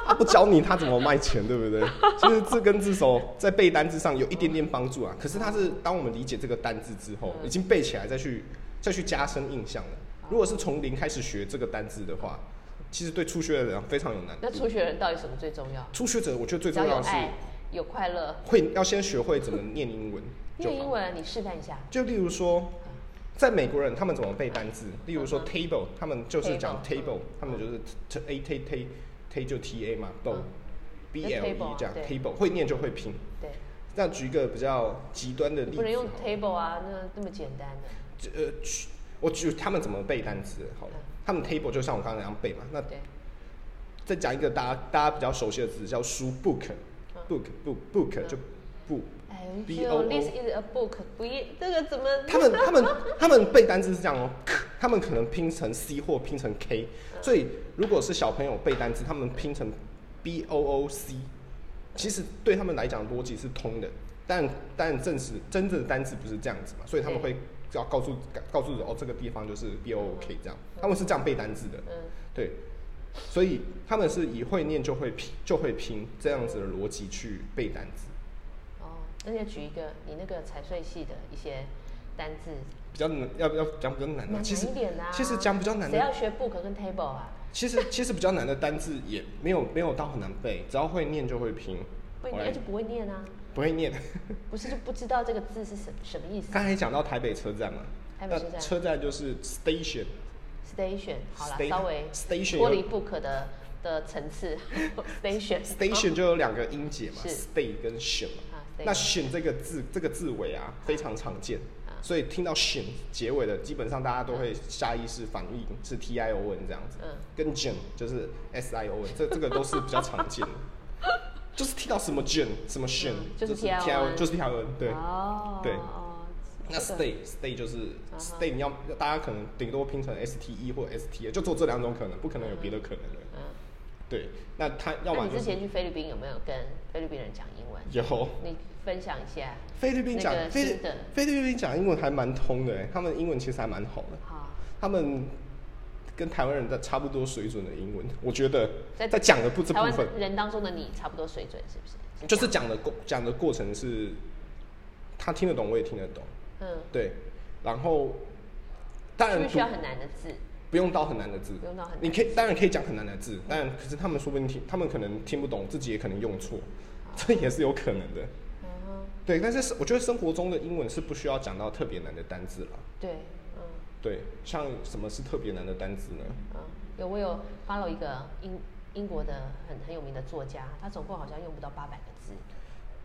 S2: 他不教你他怎么卖钱，对不对？其实字根字首在背单字上有一点点帮助啊，可是它是当我们理解这个单字之后，
S1: 嗯
S2: 已经背起来再去再去加深印象了。如果是从零开始学这个单字的话，其实对初学的人非常有难度。
S1: 那初学人到底什么最重要？
S2: 初学者，我觉得最
S1: 只
S2: 重
S1: 要
S2: 要
S1: 有
S2: 的是
S1: 爱，有快乐。
S2: 会要先学会怎么念英文就
S1: 念英
S2: 好。
S1: 文，啊你示范一下。
S2: 就例如说，在美国人他们怎么背单字？例如说 table，他们就是讲
S1: 嗯 Table，
S2: table，他们就是 t a t t t 就 t a 嘛，b
S1: 嗯
S2: b
S1: 那
S2: l e
S1: table 啊
S2: 这样
S1: 对
S2: table 会念就会拼。
S1: 对，
S2: 那举一个比较极端的例
S1: 不
S2: 子哦好了，
S1: 能用 table 啊，那那么简单的。
S2: 这呃，举我举他们怎么背单词好了，
S1: 嗯
S2: 他们 table 就像我刚刚那样背嘛。那
S1: 对，
S2: 再讲一个大家大家比较熟悉的词叫书 book
S1: 嗯
S2: book book book
S1: 嗯
S2: 就 book。
S1: 哎
S2: B
S1: 呦
S2: O O
S1: ，this is a book，不一这个怎么？
S2: 哦他们他们他们背单词是这样哦， 他们可能拼成 C 或拼成 K，所以如果是小朋友背单词，他们拼成 B O O C，其实对他们来讲逻辑是通的，但但正是真正的单词不是这样子嘛，所以他们
S1: 对
S2: 会要告诉告诉人哦，这个地方就是 B O O K 这样，他们是这样背单词的，
S1: 嗯，
S2: 对，所以他们是以会念就会拼就会拼这样子的逻辑去背单词，
S1: 哦，那就举一个你那个财税系的一些单字，
S2: 比较难要不要讲比较难啊？
S1: 难
S2: 其实
S1: 一点啊。
S2: 其实讲比较难
S1: 谁
S2: 的
S1: 要学 book 跟 table 啊？
S2: 其实 其实比较难的单字也没有没有到很难背，只要会念就会拼。
S1: 不一
S2: 我
S1: 定，
S2: 来
S1: 而且不会念啊，
S2: 不会念。
S1: 不是就不知道这个字是什什么意思
S2: 刚才讲到台北车站嘛，
S1: 台北车站
S2: 那呃车站就是 station，
S1: ？station 好了，
S2: Sta-
S1: 稍微
S2: station
S1: 脱离
S2: 有
S1: book 的的层次 ，station
S2: station 就有两个音节嘛
S1: 是
S2: ，stay 跟 shin 嘛。
S1: 啊
S2: 那
S1: ，station
S2: shin 这个字这个字尾啊非常常见，
S1: 啊
S2: 所以听到 shin 结尾的，基本上大家都会下意识反应是 t i o n 这样子，
S1: 嗯
S2: 跟 j i n 就是 s i o n，这这个都是比较常见的。 就是听到什么 j i n 什么 shin，、
S1: 嗯就是
S2: t i o
S1: TION
S2: n 就是 t i o n 对。
S1: 哦，
S2: 对
S1: 哦
S2: 那
S1: 这个
S2: stay stay 就是
S1: 啊哈
S2: stay，你要大家可能顶多拼成 S T E 或 S T A，就做这两种可能，不可能有别的可能了。
S1: 嗯，
S2: 对，那他
S1: 那
S2: 要么
S1: 你之
S2: 就是
S1: 前去菲律宾有没有跟菲律宾人讲英文？
S2: 有
S1: 你分享一下。
S2: 菲律宾讲
S1: 那个
S2: 菲律
S1: 新的
S2: 菲律宾讲英文还蛮通的欸，他们英文其实还蛮好的，
S1: 好，
S2: 他们跟台湾人的差不多水准的英文，我觉得
S1: 在
S2: 在讲的不这
S1: 台
S2: 部
S1: 湾
S2: 分，
S1: 人当中的你差不多水准是不是？
S2: 就是
S1: 这样
S2: 讲的过讲的过程是，他听得懂我也听得懂，
S1: 嗯，
S2: 对，然后当
S1: 需
S2: 然
S1: 不需要
S2: 读
S1: 很难的字？
S2: 不用到很难的字，
S1: 不用到很难
S2: 你可以当然可以讲很难的字，但可是他们说不定听，他们可能听不懂，自己也可能用错，这也是有可能的。
S1: 嗯哼，
S2: 对，但是是我觉得生活中的英文是不需要讲到特别难的单字了。
S1: 对，嗯。
S2: 对，像什么是特别难的单字呢？
S1: 嗯，有我有 follow 一个英英国的很很有名的作家，他总共好像用不到八百个字，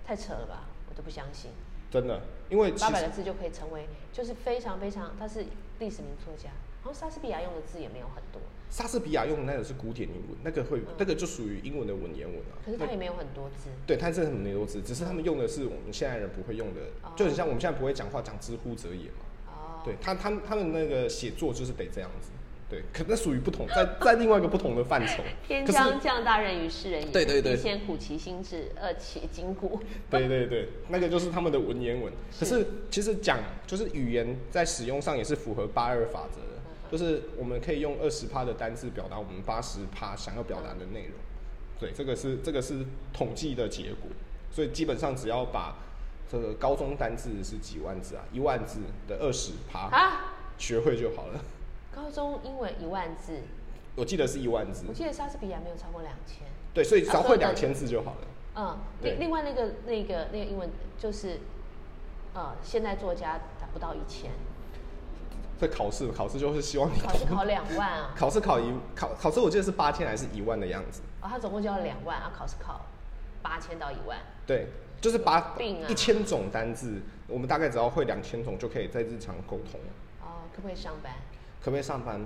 S1: 太扯了吧？我都不相信，
S2: 真的，因为其
S1: 八百
S2: 实
S1: 个字就可以成为就是非常非常，他是历史名作家，然后莎士比亚用的字也没有很多，
S2: 莎士比亚用的那个是古典英文，那个会、那个就属于英文的文言文啊。
S1: 可是他也没有很多字。
S2: 对，它是很多字，只是他们用的是我们现在人不会用的，
S1: 哦
S2: 就很像我们现在不会讲话讲之乎者也嘛。
S1: 哦，。
S2: 对他，他们他们那个写作就是得这样子，对，可那属于不同，在在另外一个不同的范畴
S1: 天
S2: 可是，
S1: 将降大任于斯人也，
S2: 对对对
S1: 必先苦其心志，饿其筋骨。
S2: 对对对，那个就是他们的文言文。可是其实讲就是语言在使用上也是符合八二法则的，就是我们可以用二十趴的单字表达我们八十趴想要表达的内容。对，这个是这个是统计的结果，所以基本上只要把这个高中单字是几万字啊，一万字的二十趴
S1: 啊，
S2: 学会就好了。
S1: 高中英文一万字，
S2: 我记得是一万字
S1: 我，记得莎士比亚没有超过两千。
S2: 对，所以只要会
S1: 啊
S2: 两
S1: 对
S2: 千字就好了。
S1: 嗯，
S2: 对
S1: 另另外那个那个那个英文就是，呃，现代作家达不到一千，
S2: 这考试考试就是希望你
S1: 考试考两万啊，
S2: 考试考一考考试，我记得是八千还是一万的样子。
S1: 哦，他总共就要两万啊，考试考八千到一万，
S2: 对，就是把
S1: 病啊
S2: 一千种单字，我们大概只要会两千种就可以在日常沟通。
S1: 哦，可不可以上班？
S2: 可不可以上班？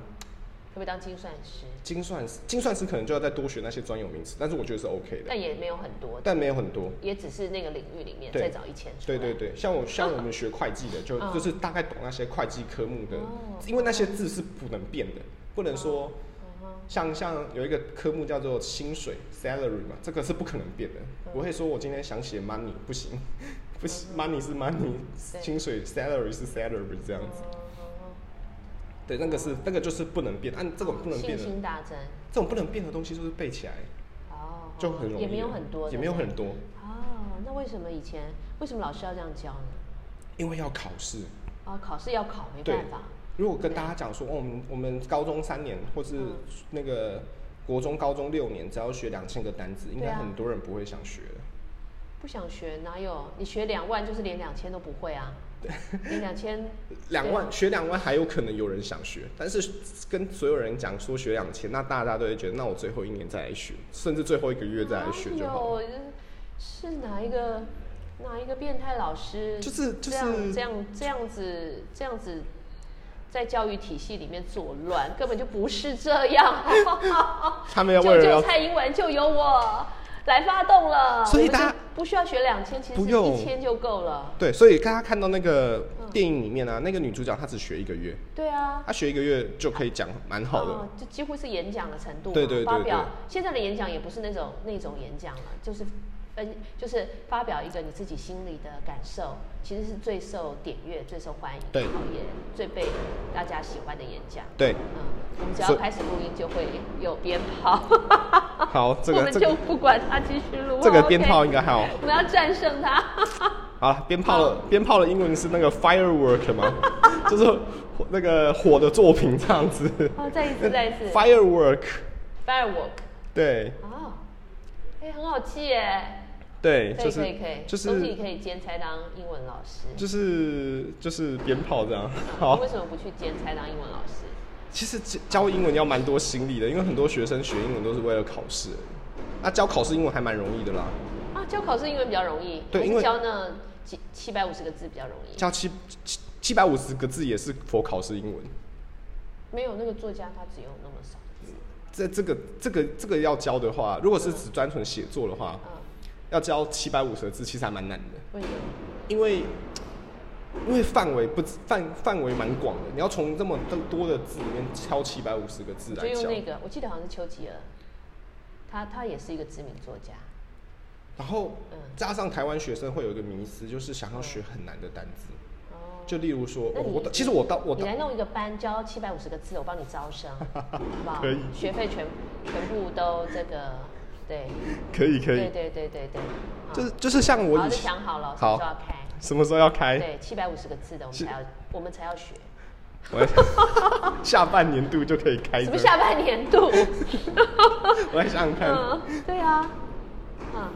S1: 可不可以当精算师？
S2: 精算师精算师可能就要再多学那些专有名词，但是我觉得是 OK 的，
S1: 但也没有很多，
S2: 但没有很多。
S1: 也只是那个领域里面
S2: 对
S1: 再找一千出
S2: 对
S1: 来。
S2: 对对，像我像我们学会计的，就
S1: 嗯
S2: 就是大概懂那些会计科目的
S1: 哦，
S2: 因为那些字是不能变的，不能说
S1: 嗯哼，
S2: 像像有一个科目叫做薪水 salary 嘛，这个是不可能变的。
S1: 嗯
S2: 不会说我今天想写 money 不行， 不行、money 是 money，
S1: 对
S2: 薪水 salary 是 salary 这样子。
S1: 嗯哼
S2: 对，那个是那个就是不能变，啊按这种不能
S1: 信
S2: 变的，
S1: 心大增，
S2: 这种不能变的东西就是背起来
S1: 哦，
S2: 就很容易，
S1: 也没有很多，
S2: 也没有
S1: 对不对。
S2: 很多，
S1: 哦，那为什么以前为什么老师要这样教呢？
S2: 因为要考试。
S1: 啊，考试要考，没
S2: 对
S1: 办法。
S2: 如果跟大家讲说，哦，我们我们高中三年或是
S1: 嗯
S2: 那个国中、高中六年，只要学两千个单词，应
S1: 对
S2: 该
S1: 啊
S2: 很多人不会想学了。
S1: 不想学哪有？你学两万就是连两千都不会啊！连两 千
S2: 两万学两万还有可能有人想学，但是跟所有人讲说学两千，那大家都会觉得，那我最后
S1: 啊
S2: 一年再来学，甚至最后一个月再来学就好了。
S1: 哪有是哪一个哪一个变态老师
S2: 就是就
S1: 这样
S2: 是
S1: 这样这样子这样子在教育体系里面作乱，根本就不是这样。
S2: 他们要为
S1: 救
S2: 了
S1: 救
S2: 要
S1: 蔡英文，就由我来发动了。
S2: 所以
S1: 我们
S2: 大家
S1: 就不需要学两千，其实
S2: 不用
S1: 一千就够了。
S2: 对，所以大家看到那个电影里面啊，那个女主角她只学一个月，
S1: 对啊，
S2: 她学一个月就可以讲蛮好的。
S1: 哦，就几乎是演讲的程度嘛，
S2: 对对对
S1: 发表
S2: 对
S1: 现在的演讲也不是那种那种演讲了，就是分就是发表一个你自己心里的感受，其实是最受点阅、最受欢迎，
S2: 对
S1: 然后也最被大家喜欢的演讲。
S2: 对，
S1: 嗯，我们只要
S2: 所以
S1: 开始录音就会有鞭炮，
S2: 好，这
S1: 我
S2: 个
S1: 们
S2: 这
S1: 就
S2: 个
S1: 不管它继续录。
S2: 这个
S1: OK
S2: 鞭炮应该还好。
S1: 我们要战胜它。
S2: 好了，鞭炮的鞭炮的英文是那个 firework 吗？ 就是火那个火的作品这样子。
S1: 哦，再一次，再一次
S2: firework，
S1: ，firework
S2: 对
S1: 啊，哎、很好记耶。
S2: 对，
S1: 可
S2: 就
S1: 以可
S2: 是
S1: 以可以，恭
S2: 就
S1: 喜你
S2: 是
S1: 可以兼差当英文老师。
S2: 就是哦就是鞭炮这样。好
S1: 为，什么不去兼差当英文老师？
S2: 其实教教英文要蛮多心力的，因为很多学生学英文都是为了考试而已。那教考试英文还蛮容易的啦，
S1: 啊，教考试英文比较容易，
S2: 对
S1: 还是
S2: 因为
S1: 教那几七百五十个字比较容易。
S2: 教七七七百五十个字也是佛考试英文。
S1: 没有那个作家他只用那么少字，
S2: 这这个这个这个要教的话，如果是只专纯写作的话，
S1: 啊，
S2: 要教七百五十个字其实还蛮难的。
S1: 为什么？
S2: 因为因为范围不止范范围蛮广的，你要从这么多的字里面挑七百五十个字
S1: 就
S2: 来
S1: 用
S2: 教。
S1: 那个，我记得好像是丘吉尔，他他也是一个知名作家，
S2: 然后
S1: 嗯
S2: 加上台湾学生会有一个迷思，就是想要学很难的单字，
S1: 哦，
S2: 就例如说，
S1: 那
S2: 哦
S1: 你
S2: 我到其实我到我
S1: 你
S2: 到
S1: 来弄一个班教七百五十个字，我帮你招生，好不好？
S2: 可以
S1: 学费全全部都这个，对，
S2: 可以可
S1: 对
S2: 以，
S1: 对对对对，好
S2: 就是就是像我
S1: 好，
S2: 以
S1: 就
S2: 前
S1: 想好了，什么
S2: 好
S1: 时候要开？
S2: 什么时候要开，
S1: 对，七百五十个字的，我们
S2: 是
S1: 才要，我们才要学。
S2: 我 下半年度就可以开
S1: 什么
S2: 的。
S1: 下半年 度？
S2: 我来想想看，
S1: 嗯，对啊，嗯，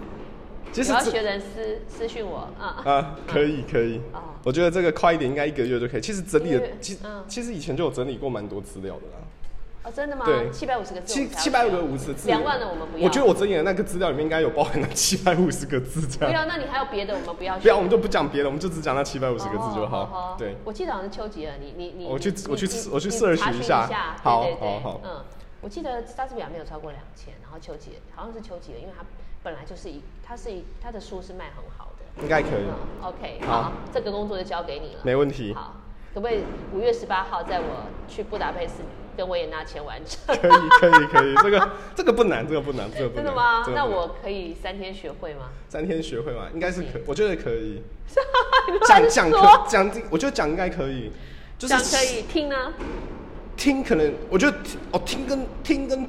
S2: 其实
S1: 有要
S2: 这
S1: 学的人私私讯我，嗯，
S2: 啊可以可以
S1: 哦，
S2: 我觉得这个快一点，应该一个月就可以。其实整理
S1: 一个
S2: 的
S1: 月，
S2: 其
S1: 嗯
S2: 其实以前就有整理过蛮多资料的啦。
S1: 哦，真的吗？
S2: 对
S1: 七百五十个字，
S2: 七七百五十个字，
S1: 两万的我们不要
S2: 我觉得我整理的那个资料里面应该有包含那七百五十个字这
S1: 不
S2: 样。
S1: 要，啊那你还有别的我们不要学，
S2: 不要，我们就不讲别的，我们就只讲那七百五十个字就
S1: 哦
S2: 好。对，
S1: 我记得好像是丘吉尔，你你你，
S2: 我去
S1: 你
S2: 我去
S1: 你
S2: 我去
S1: 你
S2: search
S1: 查询一
S2: 一下好
S1: 对对对，
S2: 好好
S1: 嗯。我记得莎士比亚没有超过两千，然后丘吉尔好像是丘吉尔，因为他本来就是一，他是一他的书是卖很好的。
S2: 应该可以
S1: 嗯，，OK，
S2: 好
S1: 好，这个工作就交给你了。
S2: 没问题，
S1: 好，可不可以五月十八号在我去布达佩斯跟维也纳前完 成？
S2: 可以可以可以，这个这个不难，这个不难，这个不难。
S1: 真的吗？
S2: 这个
S1: 那
S2: 不难
S1: 我可以三天学会吗？
S2: 三天学会嘛，应该是可
S1: 行，
S2: 我觉得可以。
S1: 嗯 乱
S2: 讲讲
S1: 说
S2: 可讲，我觉得讲应该可以，就是
S1: 这样可以听呢？
S2: 听可能，我觉得听哦听跟听跟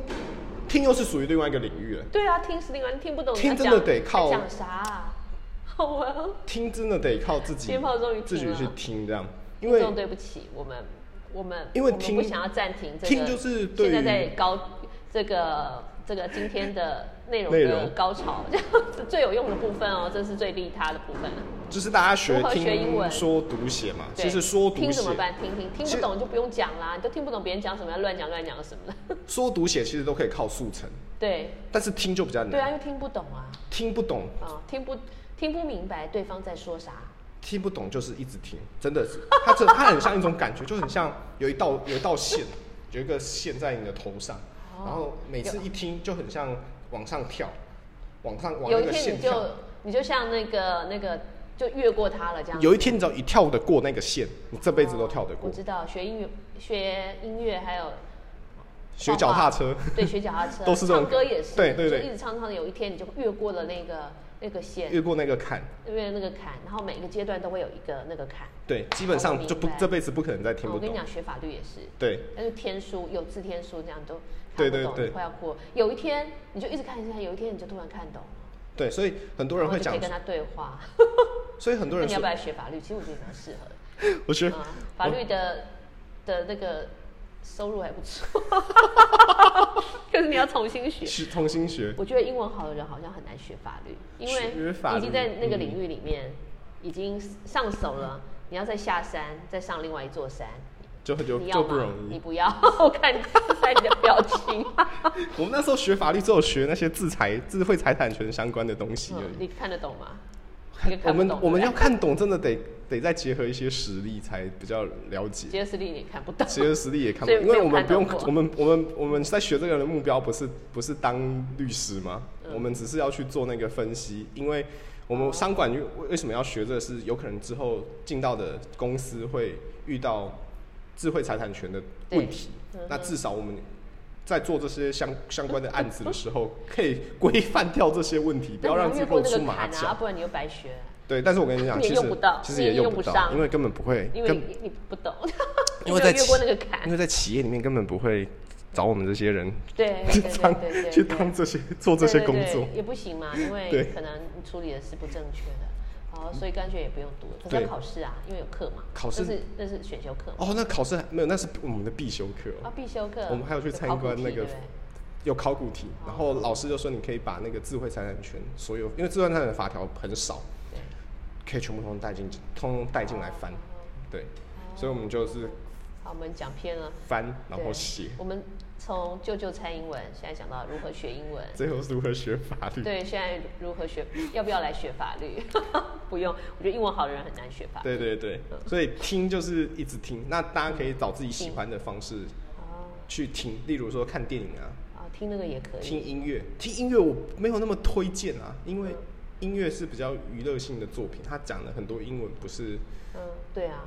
S2: 听又是属于另外一个领域了，
S1: 对啊，听是另外听不懂你
S2: 听
S1: 要
S2: 真
S1: 讲，
S2: 的得靠
S1: 在讲啥啊？ 好啊玩。
S2: 听真的得靠自己，
S1: 鞭炮终于停
S2: 自己去
S1: 了
S2: 听这样，因
S1: 听
S2: 为
S1: 众，对不起，我们我们
S2: 因为
S1: 我们
S2: 听
S1: 不想要暂停这个，
S2: 听就是对于
S1: 现在在高这个这个今天的内容
S2: 内
S1: 的
S2: 容
S1: 高潮， 这样子最有用的部分哦，这是最利他的部分。
S2: 就是大家学
S1: 如何
S2: 听
S1: 学英文
S2: 说读写嘛，
S1: 对
S2: 其实说读
S1: 听怎
S2: 写
S1: 么办？听听听
S2: 其
S1: 不
S2: 实
S1: 懂就不用讲啦，你都听不懂别人讲什么，要乱讲乱讲什么的。
S2: 说读写其实都可以靠速成，
S1: 对
S2: 但是听就比较难，
S1: 对啊，又听不懂啊，
S2: 听不懂
S1: 啊、听不听不明白对方在说啥。
S2: 听不懂就是一直听，真的是，它这它很像一种感觉，就很像有一道有一道线， 有一个线在你的头上，
S1: 哦
S2: 然后每次一听就很像往上跳，往上往
S1: 有
S2: 那
S1: 一
S2: 个
S1: 天
S2: 线
S1: 你就
S2: 跳。
S1: 你就像那个那个就越过他了这样。
S2: 有一天你只要一跳得过那个线，你这辈子都跳得
S1: 我
S2: 过。
S1: 知道，学音乐学音乐还有
S2: 学脚踏车，
S1: 对，学脚踏车
S2: 都是这种
S1: 唱歌也是，
S2: 对对对
S1: 就一直唱唱的，有一天你就越过了那个那个线，
S2: 越过那个坎，
S1: 越那个坎，然后每个阶段都会有一个那个坎。
S2: 对，基本上就不
S1: 哦我明白
S2: 这辈子不可能再听
S1: 啊
S2: 不
S1: 我跟你
S2: 懂。
S1: 讲，学法律也是，
S2: 对，
S1: 但是天书有字天书这样都
S2: 对
S1: 看不懂，
S2: 对对
S1: 你快要过。有一天你就一直看一直看，有一天你就突然看懂了，
S2: 对，所以很多
S1: 然
S2: 人
S1: 后
S2: 会
S1: 就可
S2: 讲
S1: 以，跟他对话。
S2: 所以很多
S1: 那
S2: 人
S1: 你要
S2: 说
S1: 不，要来学法律？其实我觉得蛮适合的。
S2: 我学
S1: 啊，法律的的那个收入还不错， 可是你要重新学。
S2: 是重新学，
S1: 我觉得英文好的人好像很难学法律，因为
S2: 学法
S1: 你
S2: 律
S1: 已经在那个领域里面已经上手了，
S2: 嗯
S1: 你要再下山，再上另外一座山，
S2: 就就
S1: 你要
S2: 就不
S1: 吗
S2: 容？
S1: 你
S2: 易。
S1: 不要， 我看你在你的表情，
S2: 我们那时候学法律只有学那些制裁、智慧财产权相关的东西而
S1: 嗯
S2: 已。
S1: 你看得懂吗？一个
S2: 我
S1: 看不
S2: 们
S1: 懂。
S2: 我们
S1: 对
S2: 要
S1: 不对
S2: 看懂，真的得得再结合一些实力才比较了解。
S1: 杰斯利你也看不懂，
S2: 其实实力也看不
S1: 所以
S2: 懂，因
S1: 没
S2: 为
S1: 有
S2: 我们
S1: 看
S2: 不用
S1: 到过，
S2: 我们我们我们在学这个的目标不是不是当律师吗？
S1: 嗯
S2: 我们只是要去做那个分析，因为我们商管为为什么要学这个是有可能之后进到的公司会遇到智慧财产权的问题，
S1: 嗯
S2: 那至少我们。在做这些相相关的案子的 时候，可以规范掉这些问题， 不要让自己
S1: 越过
S2: 露
S1: 那
S2: 出
S1: 个
S2: 马
S1: 坎啊，
S2: 脚。
S1: 不然你又白学，
S2: 对，但是我跟你讲，
S1: 你也
S2: 其
S1: 用
S2: 实
S1: 不到
S2: 其
S1: 你
S2: 实
S1: 也
S2: 也
S1: 用
S2: 用不
S1: 不
S2: 到，
S1: 上
S2: 因为根本不会，
S1: 因为
S2: 根
S1: 你你不懂，
S2: 因为
S1: 你没
S2: 在
S1: 有越过
S2: 企
S1: 那个坎
S2: 因。为在企业里面根本不会找我们这些人
S1: 对，
S2: 去
S1: 对对
S2: 当
S1: 对对
S2: 去
S1: 对
S2: 当这些做这些
S1: 对对
S2: 工
S1: 对
S2: 作。
S1: 也不行 嘛，因为
S2: 对
S1: 可能你处理的是不正确的，哦，所以干脆也不用读了。可是
S2: 对
S1: 要考试啊，因为有课嘛，
S2: 考试
S1: 那是那是选修课嘛，
S2: 哦，那考试还没有，那是我们的必修课哦、
S1: 啊，必修课。
S2: 我们还有去参
S1: 考古
S2: 观
S1: 题
S2: 那个
S1: 对不对
S2: 有考古题，然后老师就说你可以把那个智慧财产权所有，因为智慧财产权法条很少，
S1: 对哦
S2: 可以全部通通带进，通通带进来翻。对，所以我们就是
S1: 好，我们讲偏了。
S2: 翻，然后
S1: 对
S2: 写，
S1: 我们从舅舅猜英文，现在讲到如何学英文。
S2: 最后是如何学法律。
S1: 对，现在如何学？要不要来学法律？ 不用，我觉得英文好的人很难学法律。
S2: 对对对，
S1: 嗯
S2: 所以听就是一直听，那大家可以找自己喜欢的方式
S1: 哦，
S2: 去听，例如说看电影啊，
S1: 啊，听那个也可以。
S2: 听音乐，听音乐我没有那么推荐啊，因为音乐是比较娱乐性的作品，它讲了很多英文，不是
S1: 嗯，对啊。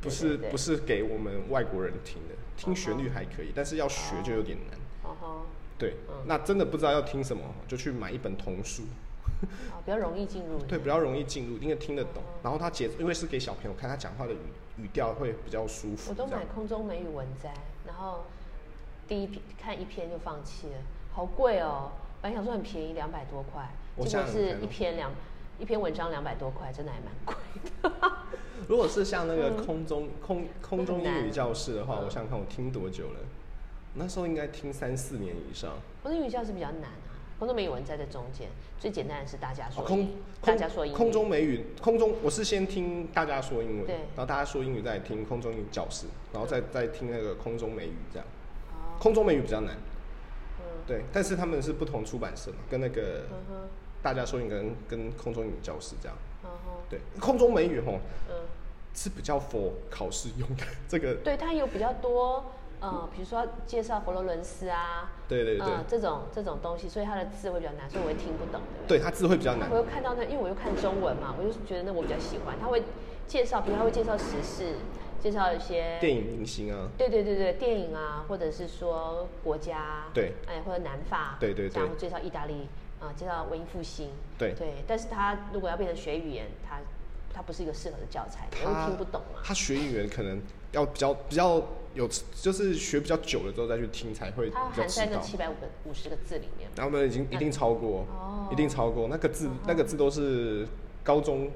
S2: 不是
S1: 对对对嗯
S2: 不是给我们外国人听的，听旋律还可以，但是要学就有点难。
S1: 哦吼。
S2: 对，
S1: 嗯
S2: 那真的不知道要听什么，就去买一本童书，
S1: 啊，比较容易进入。
S2: 对，比较容易进入，因为听得懂。然后他节，因为是给小朋友看，他讲话的语语调会比较舒服。
S1: 我都
S2: 这样
S1: 买空中美语文摘，然后第一篇看一篇就放弃了，好贵哦！本来想说很便宜，两百多块，
S2: 我
S1: 结果
S2: 想想
S1: 是
S2: 看
S1: 一篇两一篇文章两百多块，真的还蛮贵的。
S2: 如果是像那个
S1: 嗯
S2: 空中、空空中英语教室的
S1: 很
S2: 话，
S1: 难
S2: 我想想看，我听多久了？那时候应该听三四年以上。
S1: 我的英语教室比较难啊，空中美语文摘在中间，最简单的是大家
S2: 哦
S1: 说英
S2: 空
S1: 语，大
S2: 空
S1: 家说英语，
S2: 空中美语，空中我是先听大家说英文，
S1: 对嗯
S2: 然后大家说英语，再听空中英语教室，然后再再听那个空中美语这样。空中美语比较难，对，但是他们是不同出版社嘛，跟那个
S1: 嗯哼，
S2: 大家说英语跟跟空中英语教室这样。
S1: 嗯哼，
S2: 对，空中美语吼
S1: 嗯，
S2: 是比较 for 考试用的，这个
S1: 对，它有比较多。呃，比如说介绍佛罗伦斯啊，
S2: 对对对
S1: 呃，这种这种东西，所以它的字会比较难，所以我会听不懂，对不对？
S2: 对它字会比较难
S1: 我。又看到那，因为我又看中文嘛，我就觉得那我比较喜欢。他会介绍，比如他会介绍时事，介绍一些
S2: 电影明星啊，
S1: 对对对对，电影啊，或者是说国家，
S2: 对，
S1: 哎，或者南法，
S2: 对对对
S1: 这样介绍意大利啊、介绍文艺复兴，
S2: 对
S1: 对。但是他如果要变成学语言，他他不是一个适合的教材，因为
S2: 他
S1: 听不懂嘛。
S2: 他学语言可能要比较比较有，就是学比较久了之后再去听才会
S1: 它
S2: 比较
S1: 含
S2: 知
S1: 在那
S2: 道。
S1: 七百五个五十个字里面，
S2: 然后我们已经一定超过，
S1: 哦嗯
S2: 一定超过那个字，那个字都是高中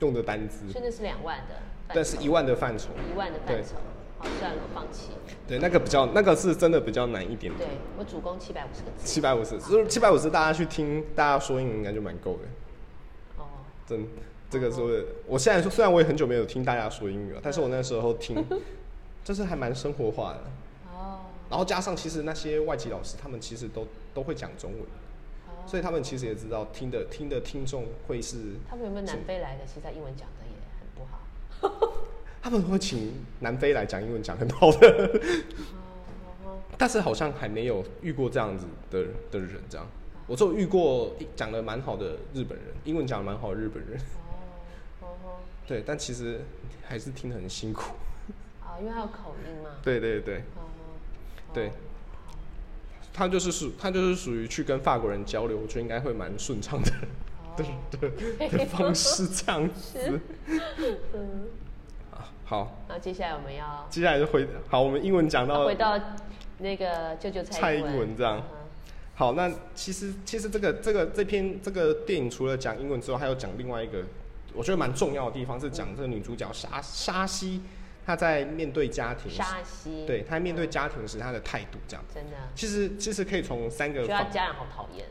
S2: 用的单字，
S1: 所以那是两万的范畴，
S2: 嗯但是一万的范畴，
S1: 一万的范畴。好，算了，我放弃。
S2: 对，那个比较那个是真的比较难一点
S1: 对我主攻七百五十个字，
S2: 七百五十，就是七百五十，大家去听，大家说英文应该就蛮够的。
S1: 哦。
S2: 真，这个是我现在说，虽然我也很久没有听大家说
S1: 嗯
S2: 英语了，但是我那时 候听，就是还蛮生活化的。
S1: 哦，
S2: 然后加上其实那些外籍老师，他们其实都都会讲中文，
S1: 哦
S2: 所以他们其实也知道听的听的听众会是，
S1: 他们有没有南非来的？其实他英文讲的也很不好。
S2: 他们会请南非来讲英文讲很好的， 哦但是好像还没有遇过这样子的的人这样。我只有遇过讲的蛮好的日本人，英文讲的蛮好的日本人，
S1: 哦吼，
S2: 对，但其实还是听得很辛苦。
S1: 啊，因为他有口音嘛。
S2: 对对对。
S1: 哦，
S2: 对，他就是属他就是属于去跟法国人交流，我觉得应该会蛮顺畅的
S1: 哦
S2: 的的的方式这样 子。啊好，
S1: 然后接下来我们要
S2: 接下来就回好，我们英文讲到
S1: 回到那个舅舅
S2: 蔡
S1: 蔡嗯
S2: 英文这啊样。好，那其实其实这个这个这篇这个电影除了讲英文之后，还有讲另外一个我觉得蛮重要的地方是讲这个女主角沙沙西，她在面对家庭时，
S1: 沙西，
S2: 对，她面对家庭时她的态度这样。
S1: 真的，
S2: 其实其实可以从三个
S1: 觉得他
S2: 方
S1: 家人好讨厌，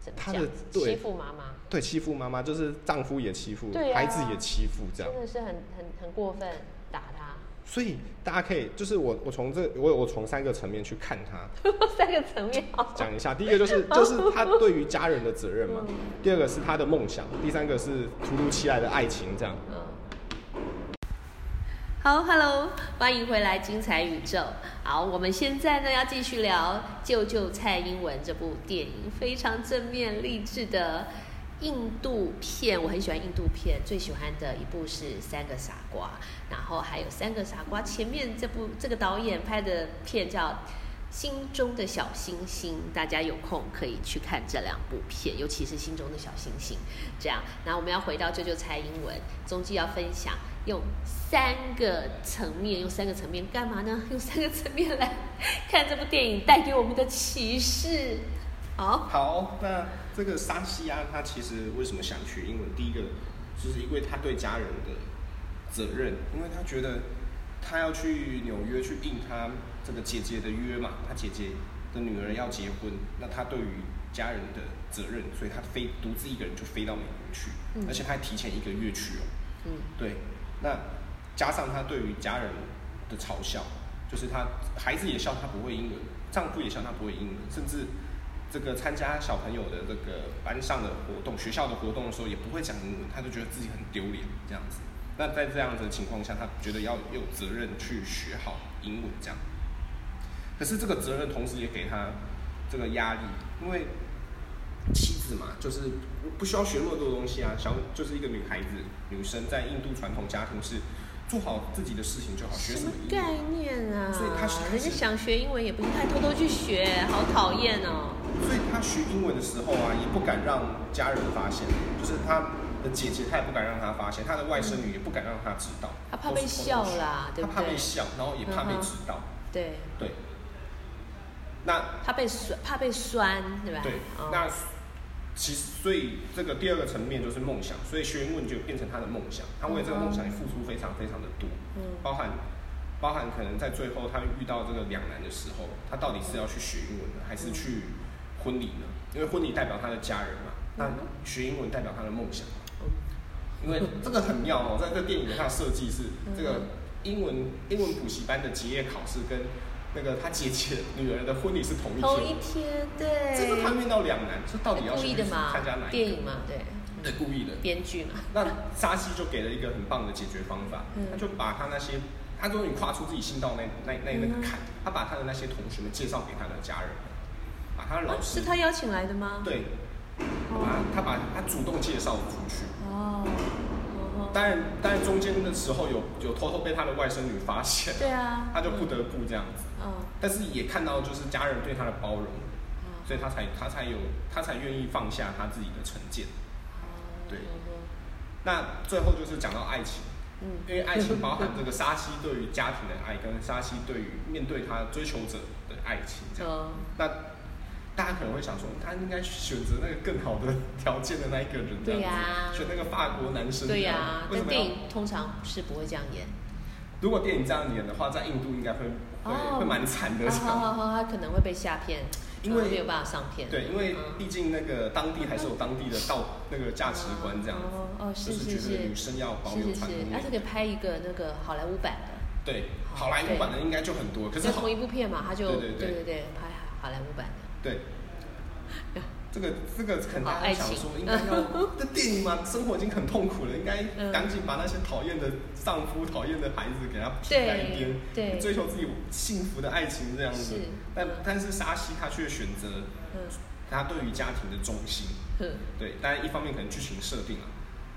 S1: 怎么
S2: 他
S1: 这
S2: 的
S1: 样子
S2: 对
S1: 欺负妈妈，
S2: 对，欺负妈妈就是丈夫也欺负，
S1: 对啊
S2: 孩子也欺负，这样
S1: 真的是很很很过分，打他。
S2: 所以大家可以，就是我我从这我我从三个层面去看它，
S1: 三个层面好
S2: 讲一下。第一个就是就是他对于家人的责任
S1: 嗯
S2: 嘛，第二个是他的梦想，第三个是突如其来的爱情这样。
S1: 好，Hello，欢迎回来《精彩宇宙》。好，我们现在呢要继续聊《救救蔡英文》这部电影，非常正面励志的印度片。我很喜欢印度片，最喜欢的一部是《三个傻瓜》，然后还有《三个傻瓜》前面这部这个导演拍的片叫《心中的小星星》，大家有空可以去看这两部片，尤其是《心中的小星星》。这样，然后我们要回到救救蔡英文，中继要分享用三个层面，用三个层面干嘛呢？用三个层面来看这部电影带给我们的启示。好，
S2: 好，那这个沙西亚他其实为什么想学英文？第一个就是因为他对家人的责任，因为他觉得他要去纽约去应他这个姐姐的约嘛，他姐姐的女儿要结婚，那他对于家人的责任，所以他飞独自一个人就飞到美国去，
S1: 嗯
S2: 而且他还提前一个月去哦。
S1: 嗯
S2: 对，那加上他对于家人的嘲笑，就是他孩子也笑他不会英文，丈夫也笑他不会英文，甚至这个参加小朋友的这个班上的活动、学校的活动的时候也不会讲英文，他就觉得自己很丢脸这样子。那在这样子的情况下，他觉得要有责任去学好英文这样。可是这个责任同时也给他这个压力，因为妻子嘛，就是不需要学那么多东西啊，小就是一个女孩子，女生在印度传统家庭是做好自己的事情就好，学
S1: 什
S2: 什
S1: 么
S2: 么英
S1: 概
S2: 文。
S1: 念啊？
S2: 所以他是
S1: 人家想学英文也不应该偷偷去学，好讨厌哦。
S2: 所以他学英文的时候啊，也不敢让家人发现，就是他的姐姐，她也不敢让她发现，她的外甥女也不敢让她知道，
S1: 她怕被笑啦
S2: 都
S1: 对不对
S2: 是偷偷学
S1: 嗯
S2: 她哦怕被笑，然后也怕被知道，
S1: 对，
S2: 对。那
S1: 怕被酸，怕被酸，对吧？
S2: 对，
S1: 哦
S2: 那其实所以这个第二个层面就是梦想，所以学英文就变成他的梦想，他为这个梦想也付出非常非常的多，
S1: 嗯
S2: 包含包含可能在最后他遇到这个两难的时候，他到底是要去学英文呢，还是去婚礼呢？因为婚礼代表他的家人嘛，那学英文代表他的梦想嘛。
S1: 嗯
S2: 因为这个很妙哦，在这电影的它的设计是
S1: 嗯
S2: 这个英文英文补习班的结业考试跟那个他姐姐女儿的婚礼是同一
S1: 同一
S2: 天。
S1: 天，对，
S2: 这是他面到两难，这到底要
S1: 故
S2: 去
S1: 意的嘛
S2: 参加哪？一
S1: 电
S2: 个？
S1: 影嘛，对，嗯
S2: 对，故意的。
S1: 编剧嘛，
S2: 那沙西就给了一个很棒的解决方法，
S1: 嗯
S2: 他就把他那些，他终于跨出自己心道那那那那个坎，他把他的那些同学们介绍给他的家人，把他的老
S1: 啊
S2: 师，
S1: 是他邀请来的哦吗？
S2: 哦对，把他把他主动介绍出去。
S1: 哦，哦，
S2: 当然，当然中间的时候有有偷偷被他的外甥女发现，
S1: 对啊，
S2: 他就不得不这样子，
S1: 哦，
S2: 但是也看到就是家人对他的包容，
S1: 哦
S2: 所以他才他才有他才愿意放下他自己的成见。对那最后就是讲到爱情，
S1: 哦嗯
S2: 因为爱情包含这个沙西对于家庭的爱，跟沙西对于面对他追求者的爱情这样。
S1: 哦，
S2: 那大家可能会想说，他应该选择那个更好的条件的那一个人，这
S1: 对
S2: 样
S1: 呀
S2: 子，选那个法国男生，
S1: 对
S2: 这样
S1: 呀，但
S2: 为什么
S1: 电
S2: 要？
S1: 影通常是不会这样演。
S2: 如果电影这样演的话，在印度应该会
S1: 哦
S2: 会会蛮惨
S1: 啊，
S2: 的
S1: 好好好，他可能会被下片，
S2: 因为
S1: 呃没有办法上片。
S2: 对，因为
S1: 嗯
S2: 毕竟那个当地还是有当地的道那个价值观这样子，
S1: 哦哦，是
S2: 就是是觉得
S1: 是
S2: 女，生要保
S1: 是是
S2: 有传
S1: 是，
S2: 统美
S1: 而且可以拍一个那个好莱坞版的，
S2: 对，好莱坞版的应该就很多，可是
S1: 就
S2: 好
S1: 同一部片嘛，他就
S2: 对对对
S1: 对对对，拍好莱坞版的。
S2: 对，这个这个可能
S1: 好
S2: 大
S1: 爱
S2: 家想
S1: 情
S2: 说，应该要这电影嘛，生活已经很痛苦了，应该
S1: 嗯
S2: 赶紧把那些讨厌的丈夫、讨厌的孩子给他撇在一边，
S1: 对对
S2: 追求自己幸福的爱情这样子
S1: 是。
S2: 但
S1: 嗯
S2: 但是沙西他却选择
S1: 嗯
S2: 他对于家庭的忠心，
S1: 哼，
S2: 对，当然一方面可能剧情设定啊，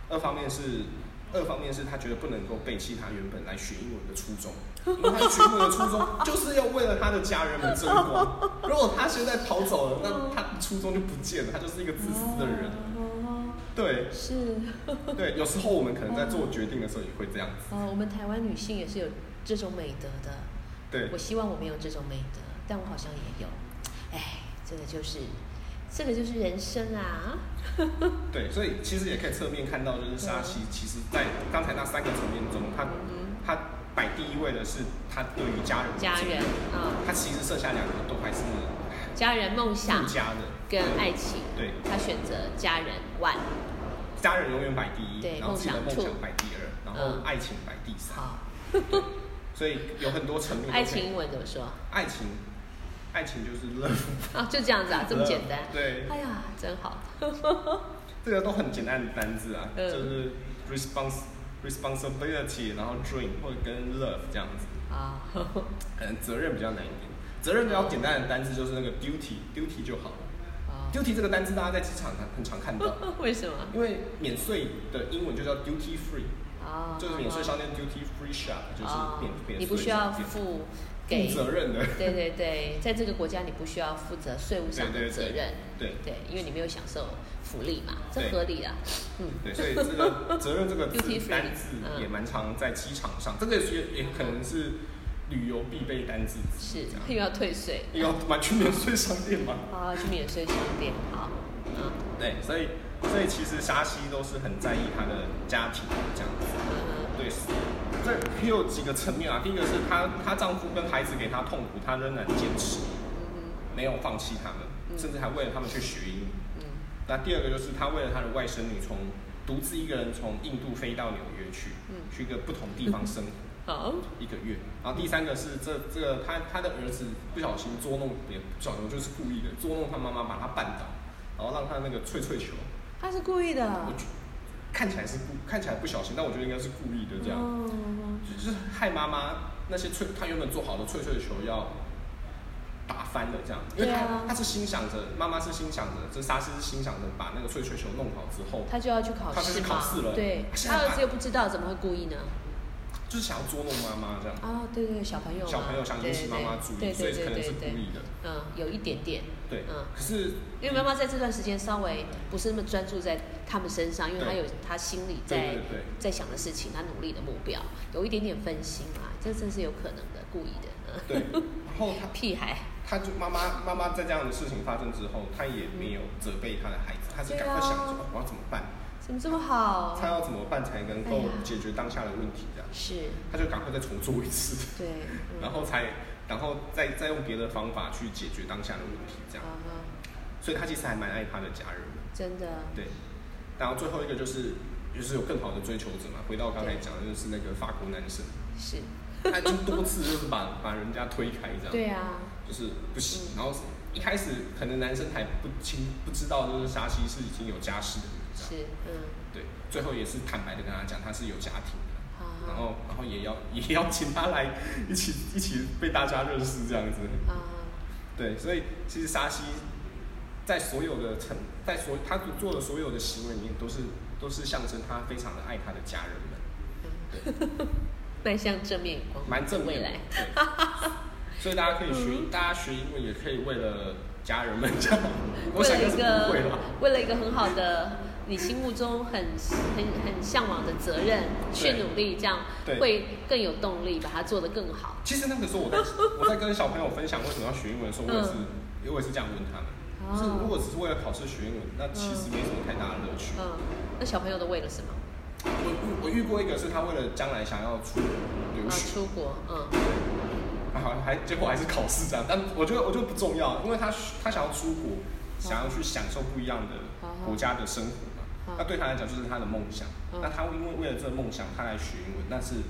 S2: 二方面是。二方面是他觉得不能够背弃他原本来学英文的初衷，因为他学英文的 初衷就是要为了他的家人们争光。如果他现在逃走了，那他的初衷就不见了，他就是一个自私的人。
S1: 哦，
S2: 对
S1: 是
S2: 对，有时候我们可能在做决定的时候也会这样子。
S1: 哦，我们台湾女性也是有这种美德的。
S2: 对
S1: 我希望我没有这种美德，但我好像也有。哎，这个就是，这个就是人生啊。
S2: 对，所以其实也可以侧面看到，就是沙西其实在刚才那三个层面中，他
S1: 嗯
S2: 他摆第一位的是他对于家人的
S1: 家
S2: 责
S1: 人
S2: 任，
S1: 啊、
S2: 他其实剩下两个都还是
S1: 家人梦想
S2: 附加的
S1: 跟爱情，
S2: 对，
S1: 他选择家人 one。
S2: 家人永远摆第一
S1: 对，
S2: 然后自己的
S1: 梦
S2: 梦
S1: 想
S2: 想摆第二，然后
S1: 嗯
S2: 爱情摆第三。
S1: 好，
S2: 所以有很多程度都可以。
S1: 爱情英文怎么说？
S2: 爱情，爱情就是 love，
S1: 啊，就这样 子啊，这么简单。
S2: 对，
S1: 哎呀，真好。
S2: 这个都很简单的单字啊，
S1: 嗯
S2: 就是 respons responsibility，然后 dream 或者跟 love 这样子。
S1: 啊，
S2: 可能责任比较难一点。责任比较简单的单字就是那个 duty duty 就好了。
S1: 啊
S2: duty 这个单字大家在职场上很常看到，
S1: 为什么？
S2: 因为免税的英文就叫 duty free，
S1: 啊，
S2: 就是免税商店 duty free shop，就是
S1: 啊
S2: 免免税商店
S1: 你不需要负给
S2: 负责任的。
S1: 对对对，在这个国家你不需要负责税务上的
S2: 对对对
S1: 责任，
S2: 对
S1: 对，因为你没有享受福利嘛，这
S2: 对
S1: 合理啊。嗯，
S2: 对，所以这个责任这个
S1: Duty
S2: 字
S1: free，
S2: 单字
S1: 嗯
S2: 也蛮常在机场上，这个也是也可能是旅游必备单字之一
S1: 是
S2: 这样，
S1: 又要退税
S2: 因为要买去免税商店嘛。
S1: 啊，去免税商店，好，嗯
S2: 对，所以所以其实沙西都是很在意他的家庭这样子。
S1: 嗯
S2: 对，这也有几个层面啊。第一个是她她丈夫跟孩子给她痛苦，她仍然坚持，
S1: 嗯
S2: 没有放弃他们，甚至还为了他们去学英语。
S1: 嗯
S2: 那第二个就是她为了她的外甥女从独自一个人从印度飞到纽约去，去一个不同地方生活。
S1: 嗯，好，
S2: 一个月。然后第三个是这这个他他的儿子不小心捉弄，也不小心就是故意的捉弄他妈妈，把他绊倒，然后让他那个脆脆球，
S1: 他是故意的，
S2: 我觉看起来是故看起来不小心，但我觉得应该是故意的这样，
S1: 哦，
S2: 就就是害妈妈那些脆他原本做好的脆脆球要。打翻了这样，因为
S1: 对
S2: 他、
S1: 啊
S2: 他是心想着，妈妈是心想着，这沙斯是心想着把那个脆脆球弄好之后，
S1: 他就要去考
S2: 他就
S1: 试
S2: 去
S1: 嘛，
S2: 考试了
S1: 对，
S2: 现
S1: 他
S2: 在
S1: 儿
S2: 把
S1: 子又不知道，怎么会故意呢？
S2: 就是想要捉弄妈妈这样。
S1: 啊，对对，小朋友嘛，
S2: 小朋友想引起妈妈注
S1: 对
S2: 意，所
S1: 对
S2: 以
S1: 对
S2: 可能
S1: 对
S2: 是
S1: 对
S2: 故
S1: 对，
S2: 意的。
S1: 嗯，有一点点，
S2: 对，
S1: 嗯。
S2: 可是
S1: 因为妈妈在这段时间稍微不是那么专注在他们身上，因为她
S2: 对
S1: 有她心里在
S2: 对对对
S1: 在想的事情，她努力的目标，有一点点分心啊，这真是有可能的，故意的。嗯
S2: 对， 然后他
S1: 屁孩，
S2: 他就妈妈妈妈在这样的事情发生之后，他也没有责备他的孩子，他是
S1: 对
S2: 赶快想
S1: 啊
S2: 着、哦我要怎么办，
S1: 怎么这么好
S2: 他？要怎么办才能
S1: 哎
S2: 够
S1: 呀
S2: 解决当下的问题这样，
S1: 是，
S2: 他就赶快再重做一次，
S1: 对，嗯
S2: 然后才然后再再用别的方法去解决当下的问题这样，
S1: 啊哈
S2: 所以他其实还蛮爱他的家人的，
S1: 真的，
S2: 对，然后最后一个就是就是有更好的追求者嘛，回到刚才讲的就是那个法国男生，
S1: 是，
S2: 他就多次就是把把人家推开这样，
S1: 对啊，
S2: 就是不行。然后一开始可能男生还不清不知道，就是沙西是已经有家室的人，这样
S1: 是，嗯，
S2: 对。最后也是坦白的跟他讲，他是有家庭的，
S1: 好
S2: 然
S1: 好
S2: 后然后也要也邀请他来一起一起被大家认识这样子。
S1: 啊，
S2: 对，所以其实沙西在所有的成在所他做的所有的行为里面，都是都是象征他非常的爱他的家人们。
S1: 迈向正面光明
S2: 蛮
S1: 的
S2: 正
S1: 未
S2: 面的
S1: 来，。嗯
S2: 对所以大家可以学，大家学英文也可以为了家人们这样。我
S1: 为
S2: 想
S1: 了一
S2: 应该是不会
S1: 个
S2: 了。
S1: 为了一个很好的你心目中很很很向往的责任去
S2: 对
S1: 努力，这样
S2: 对
S1: 会更有动力，把它做得更好。
S2: 其实那个时候我在我在跟小朋友分享为什么要学英文的时候，我也是、我也是这样问他们，
S1: 嗯哦
S2: 就是如果只是为了考试学英文，那其实没什么太大的乐趣。
S1: 嗯，那小朋友都为了什么？
S2: 我我我遇过一个是他为了将来想要出留
S1: 啊，
S2: 学，
S1: 出国，嗯，
S2: 然后啊还结果还是考试这样，但我觉得我觉得不重要，因为他他想要出国，想要去享受不一样的
S1: 哦
S2: 国家的生活
S1: 哦
S2: 嘛，那对他来讲就是他的梦想。
S1: 嗯
S2: 那他因为为了这个梦想，他来学英文，但是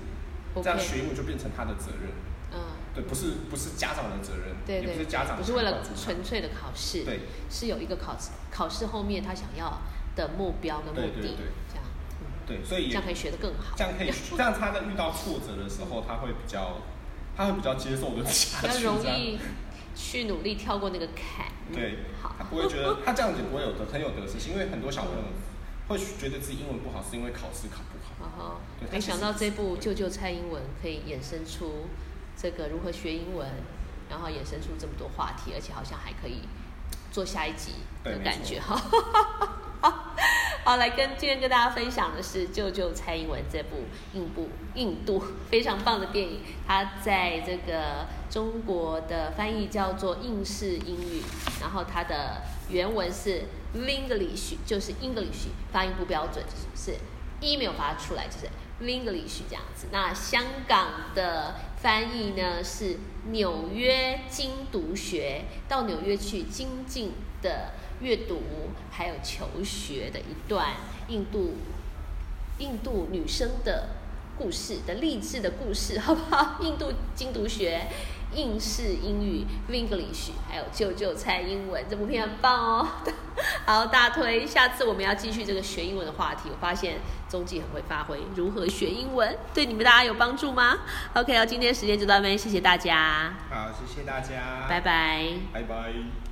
S2: 这样
S1: OK
S2: 学英文就变成他的责任，
S1: 嗯，
S2: 对，不是不是家长的责任，
S1: 对对，
S2: 也不是家长
S1: 不是为
S2: 想
S1: 了
S2: 要出国
S1: 纯粹的考试，
S2: 对，
S1: 是有一个考试，考试后面他想要的目标跟目的，
S2: 对对对
S1: 这样，嗯
S2: 对，所以
S1: 这
S2: 也
S1: 样可以学得更好
S2: 这， 样可以，这样他在遇到挫折的时候，他会比较，他会比较接受的下
S1: 比较
S2: 去，
S1: 容
S2: 这样
S1: 易去努力跳过那个坎。
S2: 对
S1: 好，
S2: 他不会觉得他这样子不会有得很有得失心，因为很多小朋友会觉得自己英文不好是因为考试考不好。
S1: 然后
S2: 对
S1: 啊
S2: 它
S1: 没
S2: 其
S1: 想
S2: 实
S1: 到
S2: 是
S1: 这部《
S2: 对
S1: 救救蔡英文》可以衍生出这个如何学英文，然后衍生出这么多话题，而且好像还可以做下一集
S2: 对
S1: 的
S2: 没
S1: 感
S2: 错
S1: 觉 哈。好，来跟今天跟大家分享的是《救救蔡英文》这部印部印度非常棒的电影，它在这个中国的翻译叫做应试英语，然后它的原文是 English，就是 English 发音不标准，就是是 e 没有发出来，就是 English 这样子。那香港的翻译呢是纽约精读学，到纽约去精进的阅读还有求学的一段印度印度女生的故事的励志的故事， 好不好？印度精读学、应试英语、English，还有救救菜英文，这部片很棒哦。 好，大推，下次我们要继续这个学英文的话题。我发现中继很会发挥，如何学英文对你们大家有帮助吗？OK，好，今天时间就到这边，谢谢大家，
S3: 好，谢谢大家，
S1: 拜拜。
S3: 拜拜